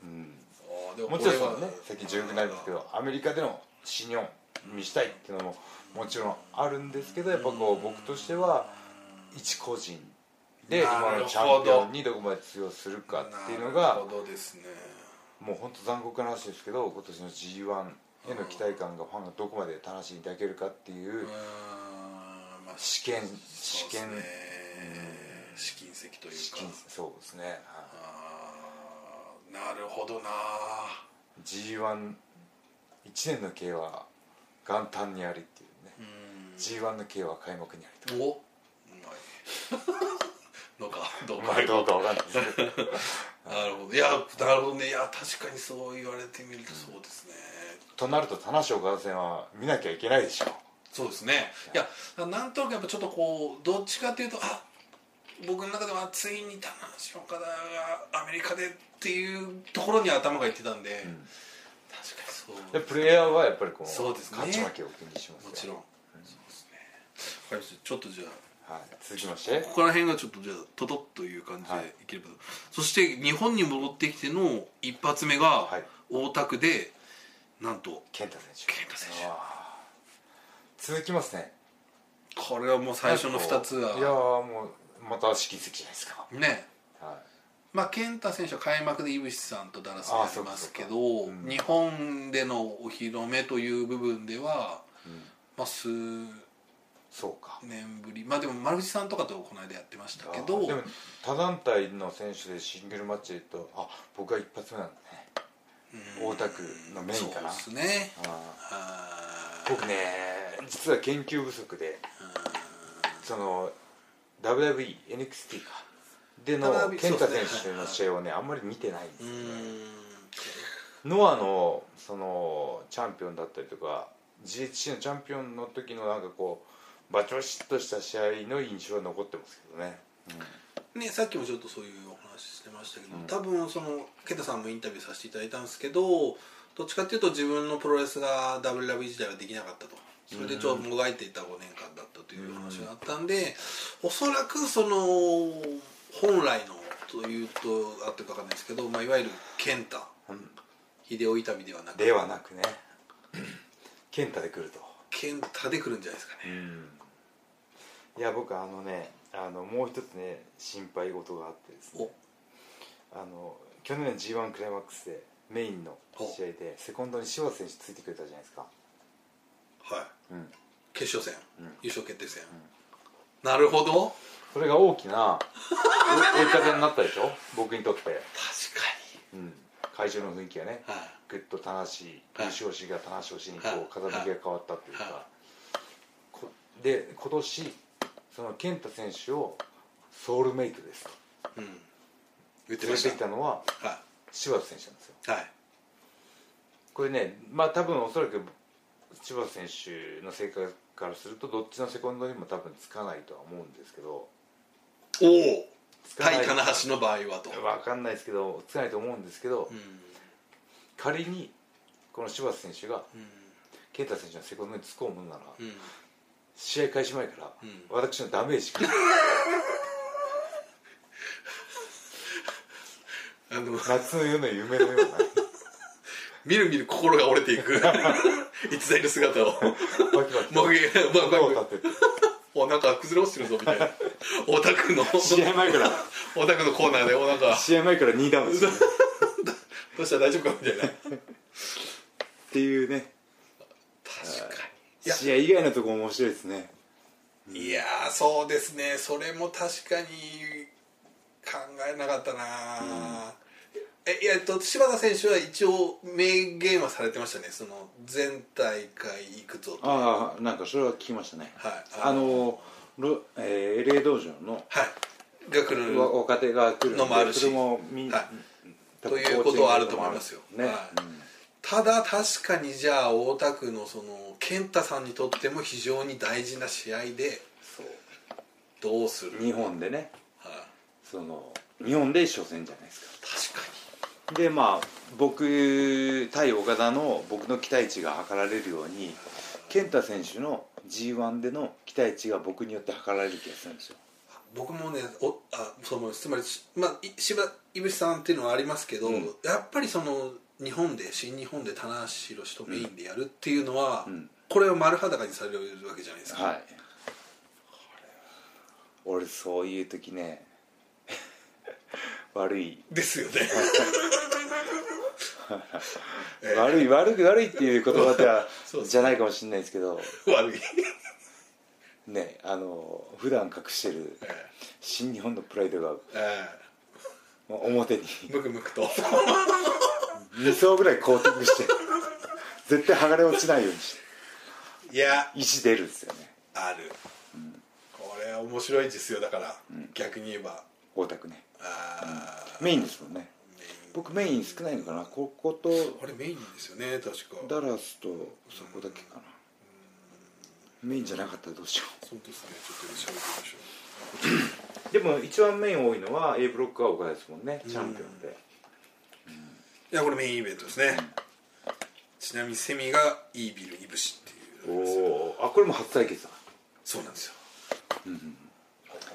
Speaker 1: うん、
Speaker 2: あーで
Speaker 1: もちろんそ
Speaker 2: これ
Speaker 1: の
Speaker 2: は
Speaker 1: ね席重くなるんですけどアメリカでのシニョン見したいっていうのももちろんあるんですけどやっぱこう僕としては一個人で今のチャンピオンにどこまで通用するかっていうの
Speaker 2: な
Speaker 1: が
Speaker 2: るほどですね
Speaker 1: もう本当残酷な話ですけど今年の g 1への期待感がファンがどこまで楽しんでいただけるかっていうう
Speaker 2: ーんまあ
Speaker 1: 試験
Speaker 2: そう
Speaker 1: 試
Speaker 2: です
Speaker 1: 験
Speaker 2: ね試金石という
Speaker 1: 試
Speaker 2: か
Speaker 1: 験そうですねはい
Speaker 2: あーなるほどな
Speaker 1: g 1 1年の K は元旦にありっていうね
Speaker 2: う
Speaker 1: g 1の K は開幕にあり
Speaker 2: ーんおう まいのかどう
Speaker 1: と
Speaker 2: か
Speaker 1: まあどうかわかんないですけど
Speaker 2: なるほどいやなるほどねいや確かにそう言われてみるとそうですね、
Speaker 1: となると棚橋岡田戦は見なきゃいけないでしょ
Speaker 2: そうですねいやなんとなくやっぱちょっとこうどっちかというとあ僕の中ではついに田中岡田がアメリカでっていうところに頭がいってたんで、
Speaker 1: で
Speaker 2: 確かにそう
Speaker 1: プレイヤーはやっぱりこう
Speaker 2: そうですね
Speaker 1: 勝ち負けを気にしますよ
Speaker 2: もちろん、そうですねわかりましたちょっとじゃあ
Speaker 1: はい、続きまして
Speaker 2: ここら辺がちょっとじゃあトトッという感じでいければと、そして日本に戻ってきての一発目が
Speaker 1: はい
Speaker 2: 大田区で、なんと
Speaker 1: 健太選手
Speaker 2: 健太選手
Speaker 1: あー続きますね
Speaker 2: これはもう最初の2つ
Speaker 1: いやー
Speaker 2: は
Speaker 1: もうまた試金石じゃないですか、
Speaker 2: ね
Speaker 1: は
Speaker 2: まあ、健太選手は開幕で井渕さんとダラスに
Speaker 1: あ
Speaker 2: あ
Speaker 1: あそ
Speaker 2: り
Speaker 1: うか
Speaker 2: ますけど、
Speaker 1: そうかうん
Speaker 2: 日本でのお披露目という部分では、
Speaker 1: いうん、
Speaker 2: まあ、数
Speaker 1: そうか
Speaker 2: 年ぶりまあでも丸口さんとかとこの間やってましたけ
Speaker 1: あ
Speaker 2: ど
Speaker 1: ーでも他団体の選手でシングルマッチで言うとあ僕は一発目なんだね
Speaker 2: うん
Speaker 1: 大田区のメインかな
Speaker 2: そうですね
Speaker 1: あ
Speaker 2: あ
Speaker 1: ー
Speaker 2: ー
Speaker 1: 僕ね実は研究不足でその WWENXT かでの
Speaker 2: WWE
Speaker 1: 健太
Speaker 2: そう
Speaker 1: 選
Speaker 2: ですね
Speaker 1: 手の試合をねあんまり見てないんです
Speaker 2: う
Speaker 1: よね
Speaker 2: ん
Speaker 1: ノアのそのチャンピオンだったりとか GHC のチャンピオンの時のなんかこうバチョシッとした試合の印象は残ってますけどね、
Speaker 2: ね、さっきもちょっとそういうお話してましたけど、多分そのケタさんもインタビューさせていただいたんですけどどっちかっていうと自分のプロレスが WWE 時代はできなかったとそれでちょっともがいていた5年間だったという話があったんで、おそらくその本来のというとあってるかわかんないですけど、まあ、いわゆる健太、秀夫痛みではな
Speaker 1: で
Speaker 2: く
Speaker 1: はなくね健太で来ると
Speaker 2: 健太で来るんじゃないですかね、
Speaker 1: いや僕あのねあのもう一つね心配事があってですね
Speaker 2: お
Speaker 1: あの去年の g 1クライマックスでメインの試合でセコンドに柴田選手ついてくれたじゃないですか、
Speaker 2: はい
Speaker 1: うん、
Speaker 2: 決勝戦、
Speaker 1: うん
Speaker 2: 優勝決定戦、なるほど
Speaker 1: それが大きな追い風になったでしょ僕にとって、
Speaker 2: 確
Speaker 1: うん、会場の雰囲気がね
Speaker 2: かにはい
Speaker 1: ぐっと棚橋優勝しが棚橋推しにこ
Speaker 2: はいう
Speaker 1: 風向きが変わったっていう
Speaker 2: はい
Speaker 1: かこで今年その健太選手をソウルメイトですと
Speaker 2: うん、言
Speaker 1: 連
Speaker 2: ってま
Speaker 1: れて
Speaker 2: し
Speaker 1: き
Speaker 2: た
Speaker 1: たのは
Speaker 2: は
Speaker 1: 柴田選手なんですよ
Speaker 2: い、はい、
Speaker 1: これねまあ多分おそらく千葉選手の性格からするとどっちのセコンドにも多分つかないとは思うんですけど
Speaker 2: おお
Speaker 1: つかない
Speaker 2: 対棚橋の場合はと、
Speaker 1: わかんないですけどつかないと思うんですけど、
Speaker 2: うん
Speaker 1: 仮にこの柴田選手が
Speaker 2: う
Speaker 1: 啓太選手のセコンドにつこうものなら、
Speaker 2: んうん
Speaker 1: 試合開始前から、
Speaker 2: ん
Speaker 1: 私のダメージが
Speaker 2: あの
Speaker 1: 夏の夜の夢のよう
Speaker 2: みるみる心が折れてい く逸材の姿
Speaker 1: な
Speaker 2: を
Speaker 1: バキバキと
Speaker 2: もげま
Speaker 1: 音を
Speaker 2: ま
Speaker 1: 立てて
Speaker 2: おなんか崩れ落ちてるぞみたい なオタクの
Speaker 1: 試合前から
Speaker 2: オタクのコーナーでおなん か
Speaker 1: 試合前から2ダウンするっ
Speaker 2: どうしたら大丈夫かみたいな
Speaker 1: ていうね
Speaker 2: 確かにいや
Speaker 1: 試合以外のとこも面白いですね
Speaker 2: いやーそうですねそれも確かに考えなかったなあ、えいやえっと柴田選手は一応明言はされてましたねその全大会いくぞとはい
Speaker 1: ああなんかそれは聞きましたね
Speaker 2: はい
Speaker 1: あのロ、えー、LA 道場の
Speaker 2: が来る
Speaker 1: わ若手が来るんで
Speaker 2: のもあるし
Speaker 1: それもみん
Speaker 2: はい
Speaker 1: 多分
Speaker 2: ということはあると思いますよ
Speaker 1: ね、
Speaker 2: はいただ確かにじゃあ大田区のその健太さんにとっても非常に大事な試合でどうする、
Speaker 1: うん日本でね
Speaker 2: はい
Speaker 1: その日本で初戦じゃないですか
Speaker 2: 確か
Speaker 1: でまあ僕対岡田の僕の期待値が測られるように健太選手の g 1での期待値が僕によって測られる気がするんですよ
Speaker 2: 僕もねおあそう思いますつまり、しまあ、い柴井渕さんっていうのはありますけど、
Speaker 1: うん
Speaker 2: やっぱりその日本で新日本で棚橋宏とメインでやるっていうのは、
Speaker 1: うん
Speaker 2: これを丸裸にされるわけじゃないですか、
Speaker 1: はい俺そういう時ね 悪い
Speaker 2: ですよねえー
Speaker 1: 悪い悪く悪いっていう言葉で は
Speaker 2: そうそう
Speaker 1: じゃないかもしれないですけど
Speaker 2: 悪い、
Speaker 1: ねあの普段隠してる
Speaker 2: えー
Speaker 1: 新日本のプライドが
Speaker 2: え
Speaker 1: もう 表に
Speaker 2: ー、むくむくと
Speaker 1: 2層ぐらいコーティングして 絶対剥がれ落ちないようにして
Speaker 2: いや
Speaker 1: 石出るんですよね
Speaker 2: ある、これは面白いですよだから、逆に言えば
Speaker 1: 大田区ね
Speaker 2: あー、
Speaker 1: メインですもんね
Speaker 2: メイン
Speaker 1: 僕メイン少ないのかなここと
Speaker 2: あれメインですよね確か
Speaker 1: ダラスとそこだけかなメインじゃなかったらどうしよ
Speaker 2: そうですねちょっと調べてみましょう
Speaker 1: うでも一番メイン多いのは A ブロックは岡田ですもんねチャンピオンで
Speaker 2: いやこれメインイベントですね、ちなみにセミがイービルイブシって
Speaker 1: お
Speaker 2: いうですよ
Speaker 1: おーあこれも初対決だ
Speaker 2: そうなんですよ、ここ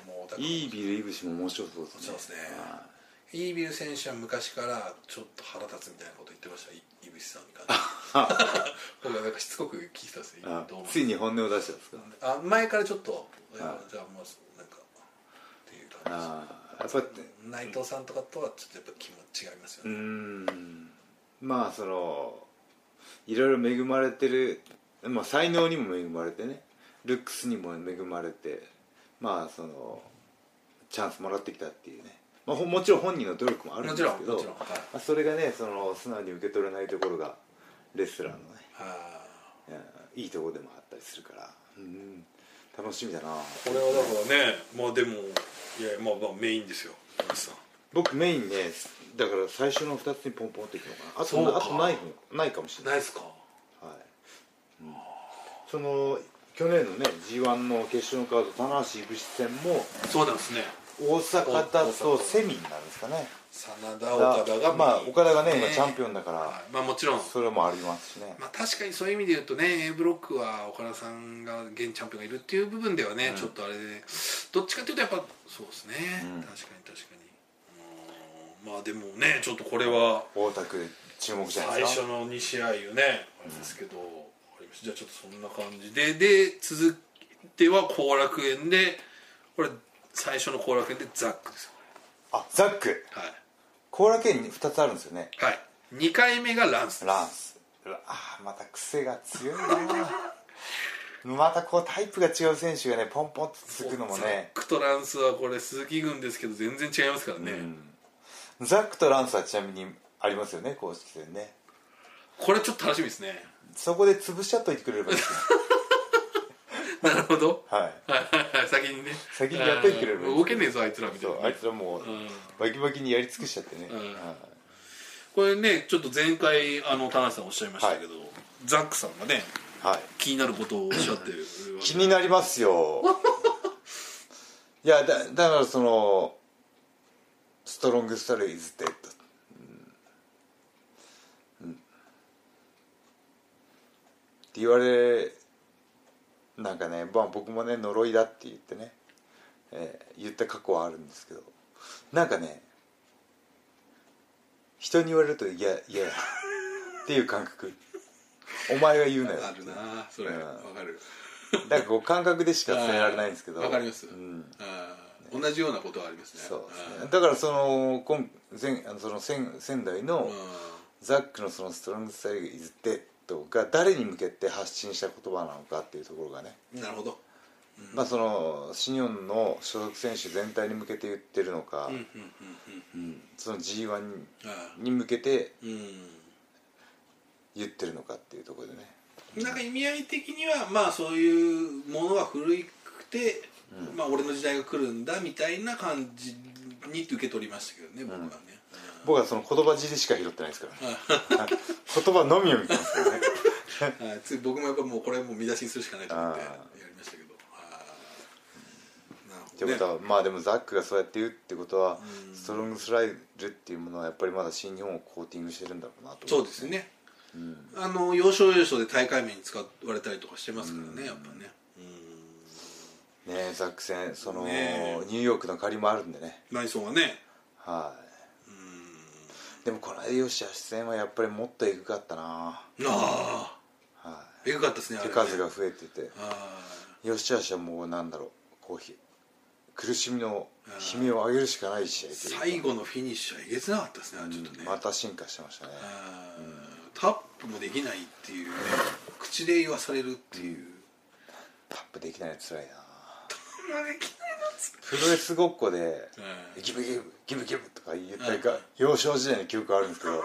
Speaker 2: もだから
Speaker 1: いいビルイブシも面白そうですね
Speaker 2: そうですね
Speaker 1: あ
Speaker 2: イービル選手は昔からちょっと腹立つみたいなこと言ってましたイイブシさんに関 して僕はなんかしつこく聞いてたんですよ
Speaker 1: ーあ
Speaker 2: どうも
Speaker 1: ついに本音を出したんですか
Speaker 2: あ前からちょっといやじゃあもうなんかっていう感
Speaker 1: ああやっぱり
Speaker 2: じ内藤さんとかとはちょっとやっぱ気も違いますよ
Speaker 1: うー
Speaker 2: ね、
Speaker 1: んまあそのいろいろ恵まれてる、まあ、才能にも恵まれてねルックスにも恵まれてまあそのチャンスもらってきたっていうね、まあ、ほもちろん本人の努力もあるん
Speaker 2: も
Speaker 1: です
Speaker 2: ちろん
Speaker 1: け
Speaker 2: も
Speaker 1: ど
Speaker 2: ちろんはい
Speaker 1: まあ、それがねその素直に受け取れないところがレスラーのね、
Speaker 2: あー
Speaker 1: うんいいところでもあったりするからうん楽しみだな
Speaker 2: これはだからねまあでもいやまあまあメインですよマさん
Speaker 1: 僕メインねだから最初の2つにポンポンっていくのかなあ
Speaker 2: そうか
Speaker 1: とあとないのないかもしれない
Speaker 2: ないですか
Speaker 1: はい、その去年のね g 1の決勝のカード棚橋いぶし戦も
Speaker 2: そうなんですね
Speaker 1: 大阪だ
Speaker 2: 大
Speaker 1: と
Speaker 2: 阪
Speaker 1: セミになるんですかね
Speaker 2: 真田岡田が
Speaker 1: まあ岡田がね
Speaker 2: メイン
Speaker 1: 今チャンピオンだから、
Speaker 2: はいまあもちろん
Speaker 1: それもありますしね、
Speaker 2: まあ確かにそういう意味で言うとね A ブロックは岡田さんが現チャンピオンがいるっていう部分ではね、ちょっとあれでどっちかっていうとやっぱそうですね、
Speaker 1: うん
Speaker 2: 確かに確かにうんまあでもねちょっとこれは
Speaker 1: 大田区で注目じゃない
Speaker 2: 最
Speaker 1: です
Speaker 2: 初
Speaker 1: か
Speaker 2: の2試合よねあれですけど、わかりましたじゃあちょっとそんな感じでで続いては後楽園でこれ最初の後楽園でザックですよ
Speaker 1: あザック
Speaker 2: はい、
Speaker 1: 後楽園に2つあるんですよね
Speaker 2: はい、2回目がランスです
Speaker 1: ランスうわあーまた癖が強いな またこうタイプが違う選手がねポンポンと続くのも
Speaker 2: ザッ
Speaker 1: ね
Speaker 2: クとランスはこれ鈴木軍ですけど全然違いますからね、
Speaker 1: ザックとランスはちなみにありますよね公式戦ね
Speaker 2: これちょっと楽しみですね
Speaker 1: そこで潰しちゃっといてくれればいいですよ
Speaker 2: なるほど
Speaker 1: はい
Speaker 2: はいはいはい先にね
Speaker 1: 先にやっといてくれればいい
Speaker 2: あー動けねえぞあいつらみたい
Speaker 1: そ
Speaker 2: なね、
Speaker 1: うあいつらもうバキバキにやり尽くしちゃってね、
Speaker 2: ん
Speaker 1: はい
Speaker 2: これねちょっと前回あの田中さんおっしゃいましたけど、ザックさんがね
Speaker 1: はい、
Speaker 2: 気になることをおっしゃってる
Speaker 1: 気になりますよいやだだからその「ストロングスタイルイズデッド」うんうんって言われなんかね、まあ、僕もね呪いだって言ってね、えー言った過去はあるんですけどなんかね人に言われると嫌嫌だっていう感覚お前が言うなよ
Speaker 2: あるなそれ
Speaker 1: うん
Speaker 2: わかる
Speaker 1: なんかこう感覚でしか伝えられないんですけど
Speaker 2: わかります
Speaker 1: うん
Speaker 2: あー同じようなことはありますね
Speaker 1: そうですねだからその今前あのその仙仙台
Speaker 2: あ
Speaker 1: の
Speaker 2: ー
Speaker 1: ザックのそのストロングスタイルイズデッドが誰に向けて発信した言葉なのかっていうところがね、
Speaker 2: うんなるほど
Speaker 1: まあそのシニョンの所属選手全体に向けて言ってるのか、
Speaker 2: うんうんうんうん
Speaker 1: その G1
Speaker 2: あ
Speaker 1: に向けて
Speaker 2: ーう
Speaker 1: 言ってるのかっていうところでね
Speaker 2: んなんか意味合い的にはまあそういうものは古くてまあ俺の時代が来るんだみたいな感じに受け取りましたけどね僕はね
Speaker 1: 僕はその言葉尻しか拾ってないですからね 言葉のみを見てますからね
Speaker 2: うんはいつい僕もやっぱもうこれはもう見出しにするしかないと思って
Speaker 1: あ
Speaker 2: や
Speaker 1: ー
Speaker 2: りましたけどあー
Speaker 1: って
Speaker 2: な
Speaker 1: こ
Speaker 2: る
Speaker 1: と
Speaker 2: ほどね
Speaker 1: は、まあでもザックがそうやって言うってことは、
Speaker 2: うん
Speaker 1: ストロングスライルっていうものはやっぱりまだ新日本をコーティングしてるんだろうなと
Speaker 2: そうですねあの要所要所で大会名に使われたりとかしてますからね、やっぱね
Speaker 1: ねえ作戦その、
Speaker 2: ね
Speaker 1: ニューヨークの借りもあるんでね
Speaker 2: 内装はね
Speaker 1: はいでもこの間吉橋戦はやっぱりもっとえぐかったな
Speaker 2: あ
Speaker 1: は
Speaker 2: あえぐかったですねあ
Speaker 1: い
Speaker 2: れ
Speaker 1: 手
Speaker 2: ね
Speaker 1: 数が増えてて
Speaker 2: あ
Speaker 1: 吉橋はもうなんだろうこうひ苦しみの悲鳴を上げるしかない試合
Speaker 2: ー
Speaker 1: というか
Speaker 2: 最後のフィニッシュはえげつなかったですね、あれちょっとね、
Speaker 1: また進化してましたね
Speaker 2: あータップもできないっていうね口で言わされるっていう、
Speaker 1: タップできないのつらいな
Speaker 2: できないなっつって
Speaker 1: プロレスごっこで「
Speaker 2: う
Speaker 1: ギブギブギブギブ」とか言ったり
Speaker 2: う
Speaker 1: か
Speaker 2: ん
Speaker 1: 幼少時代の記憶あるんですけど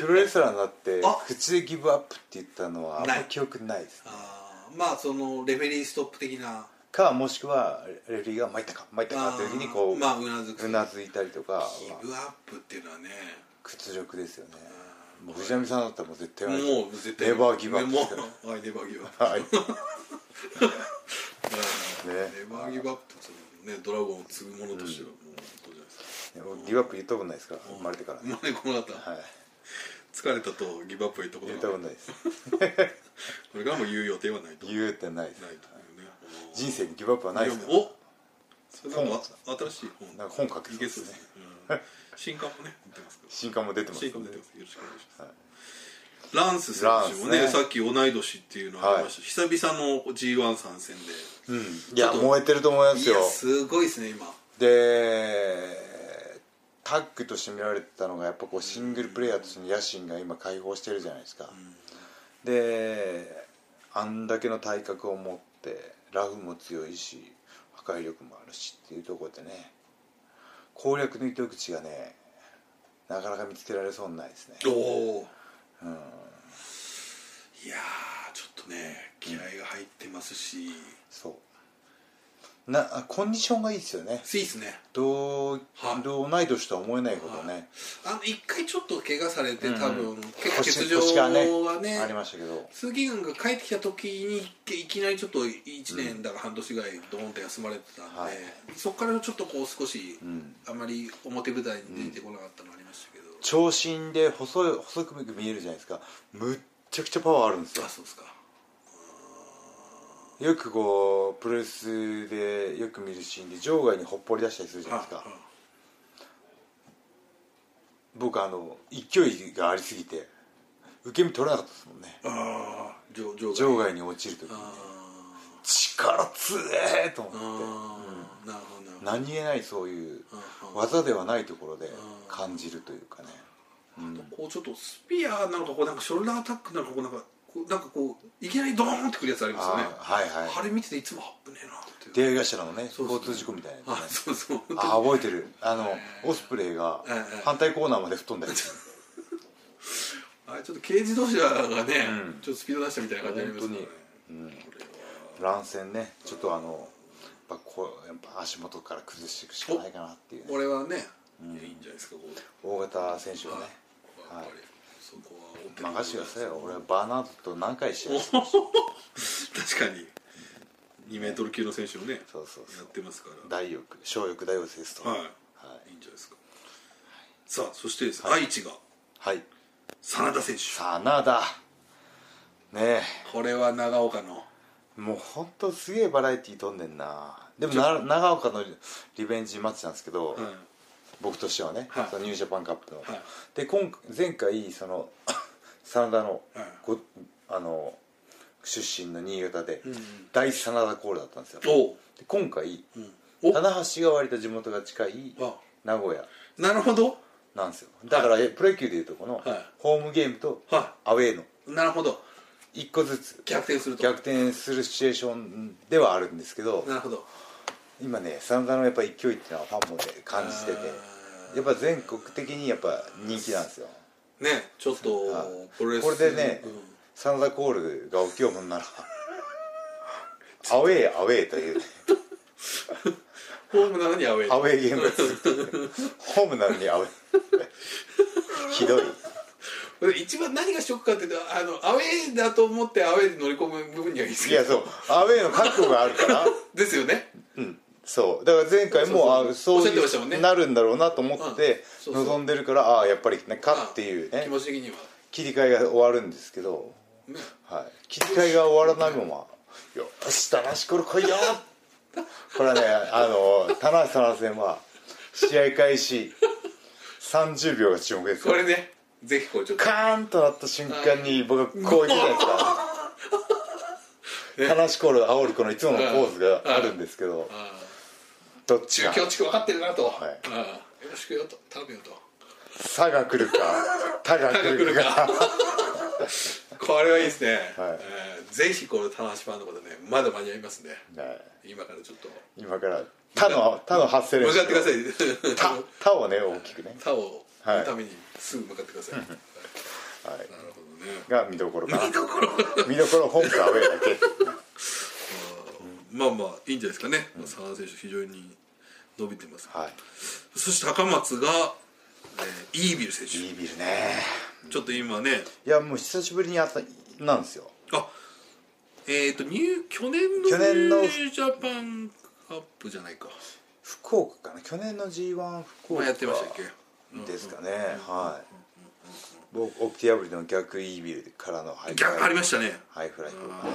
Speaker 1: プロレスラーになって
Speaker 2: あ
Speaker 1: 口でギブアップって言ったのはあんま
Speaker 2: ない
Speaker 1: 記憶ないです
Speaker 2: あーまあそのレフェリーストップ的な
Speaker 1: かもしくはレレフェリーが「参ったか参ったか」っていう時にこ
Speaker 2: あ
Speaker 1: う
Speaker 2: ーまあうなずく
Speaker 1: うなずいたりとか
Speaker 2: ギ
Speaker 1: まあ
Speaker 2: ブアップっていうのはね
Speaker 1: 屈辱ですよねもう藤波さんだったらもう絶対言わない
Speaker 2: もう絶対
Speaker 1: ネバーギブアップ
Speaker 2: も
Speaker 1: ですから
Speaker 2: うはいネバーギブアップ
Speaker 1: はい
Speaker 2: うん
Speaker 1: ね
Speaker 2: ネバーギブアップってそのねドラゴンを継ぐ者としてはもうそうじゃないですか
Speaker 1: 僕ギブアップ言ったことないですから生まれてから
Speaker 2: 生まれこの方、
Speaker 1: はい
Speaker 2: 疲れたとギブアップは言ったこ
Speaker 1: 言っ
Speaker 2: と
Speaker 1: た
Speaker 2: な
Speaker 1: こと
Speaker 2: い
Speaker 1: ないです
Speaker 2: これがもう言う予定はないとない
Speaker 1: 言うってないです
Speaker 2: というね
Speaker 1: 人生にギブアップはないですから
Speaker 2: おそれなんか新しい本
Speaker 1: なんか本書けそう
Speaker 2: いけ
Speaker 1: で
Speaker 2: そ
Speaker 1: す
Speaker 2: うで
Speaker 1: ね
Speaker 2: すね、うん新刊もね出てますか ら
Speaker 1: 新刊も出てます
Speaker 2: 新
Speaker 1: ん
Speaker 2: 刊も
Speaker 1: で
Speaker 2: 出てますよろしくお願いします、ランス選手もね
Speaker 1: ランスね
Speaker 2: さっき同い年っていうのありました、久々の g 1参戦で、
Speaker 1: うんいや燃えてると思いま
Speaker 2: い
Speaker 1: すよ
Speaker 2: やすごいですね今
Speaker 1: でタッグとして見られてたのがやっぱこうシングルプレイヤーとしての野心が今解放してるじゃないですか、であんだけの体格を持ってラフも強いし破壊力もあるしっていうところでね攻略の糸口がねなかなか見つけられそうにないですね
Speaker 2: おお、いやーちょっとね気合が入ってますし、
Speaker 1: そうなあコンディションがいいですよね
Speaker 2: スイスね
Speaker 1: 同
Speaker 2: はい
Speaker 1: 同同い年とは思えないほどね、
Speaker 2: あの一回ちょっと怪我されて、多分
Speaker 1: 腰
Speaker 2: 結欠場
Speaker 1: 腰がね
Speaker 2: はね
Speaker 1: ありましたけど
Speaker 2: 鈴木軍が帰ってきた時にいきなりちょっと1年だか半年ぐらいドーンと休まれてたんで、
Speaker 1: はい
Speaker 2: そこからちょっとこう少し、
Speaker 1: ん
Speaker 2: あまり表舞台に出てこなかったのありましたけど、
Speaker 1: 長身で細い細く見えるじゃないですかむっちゃくちゃパワーあるんですよ
Speaker 2: あそうですか
Speaker 1: よくこうプロレスでよく見るシーンで場外にほっぽり出したりするじゃないです
Speaker 2: あ
Speaker 1: か
Speaker 2: あ
Speaker 1: 僕あの勢いがありすぎて受け身取れなかったですもんね
Speaker 2: ああ場場外
Speaker 1: 場外に落ちる時に
Speaker 2: あ
Speaker 1: 力強えと思っ
Speaker 2: あ
Speaker 1: て
Speaker 2: ああなるほどなるほど
Speaker 1: 何気ないそういう
Speaker 2: ああ
Speaker 1: 技ではないところで感じるというかね
Speaker 2: こうちょっとスピアなのかこうなんかショルダーアタックなのかこうなんかこうなんかこういきなりドーンってくるやつありますよね
Speaker 1: ああはいはい
Speaker 2: あれ見てていつもあぶねえなっていう
Speaker 1: 出会い頭のね
Speaker 2: うそう
Speaker 1: 交通事故みたいなやつね
Speaker 2: あそうそう本当に
Speaker 1: あ覚えてるあのオスプレイが
Speaker 2: ええ
Speaker 1: 反対コーナーまで吹っ飛んだやつ
Speaker 2: あれちょっと軽自動車がね、
Speaker 1: うん
Speaker 2: ちょっとスピード出したみたいな感じになりますからね
Speaker 1: 本乱戦ねちょっとあのやっぱこうやっぱ足元から崩していくしかないかなっていうね、
Speaker 2: これはね、いやいいんじゃないですかこう
Speaker 1: 大型選手はね
Speaker 2: やっぱり、
Speaker 1: はい
Speaker 2: そこはお手の
Speaker 1: 任せてくださいよ
Speaker 2: 物
Speaker 1: 俺はバーナードと何回試合してる
Speaker 2: です確かに2メートル級の選手をね
Speaker 1: そうそうそ
Speaker 2: や
Speaker 1: う
Speaker 2: ってますから
Speaker 1: 大欲小欲大欲ですと
Speaker 2: は、
Speaker 1: はい
Speaker 2: い、いんじゃないですか、さあそしてです、愛知が
Speaker 1: い、はい、
Speaker 2: 真田選手
Speaker 1: さあなだね
Speaker 2: これは長岡の
Speaker 1: えもうほんとすげえバラエティー飛んでんなでもな長岡のリベンジマッチなんですけど、
Speaker 2: うんはい
Speaker 1: 僕としてはね、
Speaker 2: はい
Speaker 1: そのニュージャパンカップの、
Speaker 2: はい
Speaker 1: で今前回その 真田の,
Speaker 2: はい
Speaker 1: ご、あの出身の新潟で、
Speaker 2: んうん
Speaker 1: 大真田コールだったんですよ
Speaker 2: おう
Speaker 1: で今回、
Speaker 2: うんお
Speaker 1: 棚橋が割と地元が近い
Speaker 2: あ
Speaker 1: 名古屋
Speaker 2: なるほど
Speaker 1: なんですよだから、えプロ野球でいうとこの、
Speaker 2: はい
Speaker 1: ホームゲームと
Speaker 2: は
Speaker 1: アウェーの
Speaker 2: いなるほど
Speaker 1: 1個ずつ
Speaker 2: 逆転すると
Speaker 1: 逆転するシチュエーションではあるんですけど
Speaker 2: なるほど
Speaker 1: 今ね真田のやっぱ勢いっていうのはファンもね感じててやっぱ全国的にやっぱ人気なんですよ
Speaker 2: ねちょっと
Speaker 1: はい
Speaker 2: プロレス
Speaker 1: これでね、
Speaker 2: うん
Speaker 1: サンダコールが起きようも んならアウェーアウェーという
Speaker 2: ホームなのにアウェ イ
Speaker 1: アウェーゲームが続くというホームなのにアウェー ひどい
Speaker 2: 一番何がショックかっていうとあのアウェーだと思ってアウェーで乗り込む部分にはいいです
Speaker 1: い
Speaker 2: けど
Speaker 1: やそうアウェーの覚悟があるから
Speaker 2: ですよね
Speaker 1: うんそうだから前回もあ
Speaker 2: そ
Speaker 1: そう
Speaker 2: うそうそうおっしゃってましたもんね
Speaker 1: いうなるんだろうなと思って
Speaker 2: うんそうそう
Speaker 1: 望んでるからああやっやっぱりねかっていう
Speaker 2: 気
Speaker 1: ね
Speaker 2: 持ち的には
Speaker 1: 切り替えが終わるんですけど、はい、切り替えが終わらないまま「よし棚橋これ来いよ!」これはねあの棚橋棚橋戦は試合開始30秒が注目です
Speaker 2: こ
Speaker 1: よ
Speaker 2: れねぜひこうちょっと
Speaker 1: カーンとなった瞬間に僕がこう言ってたんですか悲しコール煽るこのいつものポーズがあるんですけどどっち
Speaker 2: 中
Speaker 1: が
Speaker 2: 京地区分かってるなと、
Speaker 1: はい
Speaker 2: うん、よろしくよと頼むよと
Speaker 1: 「さ」が来るか「た」が来るか
Speaker 2: これはいいですね、
Speaker 1: はい
Speaker 2: えーぜひこの棚橋ファンの方ねまだ間に合いますね
Speaker 1: はい
Speaker 2: 今からちょっと
Speaker 1: 今から「た」の「た」の発声
Speaker 2: 向
Speaker 1: 練
Speaker 2: かってくださ
Speaker 1: 習「
Speaker 2: い
Speaker 1: た」「た」をね大きくね、
Speaker 2: タオ
Speaker 1: はい
Speaker 2: のためにすぐ向かってください、なる
Speaker 1: はい、
Speaker 2: ほどね
Speaker 1: が見どころかな見どころ見どころ本家アウェー だけ
Speaker 2: まあまあいいんじゃないですかね、まあ澤田選手非常に伸びてます、
Speaker 1: はい
Speaker 2: そして高松が、えーイービル選手
Speaker 1: いいビルね
Speaker 2: ちょっと今ね
Speaker 1: いやもう久しぶりにあったなんですよ
Speaker 2: あえっ、と入去年の
Speaker 1: 去年の
Speaker 2: ニュージャパンカップじゃないか
Speaker 1: 福岡かな去年の G1 福
Speaker 2: ま
Speaker 1: 岡
Speaker 2: あやってましたっけ
Speaker 1: ですかね、はい僕オクティアブリの逆イービルからのハイフ
Speaker 2: 逆あ
Speaker 1: ラ
Speaker 2: り
Speaker 1: イ
Speaker 2: ましたね
Speaker 1: ハイフライ
Speaker 2: あー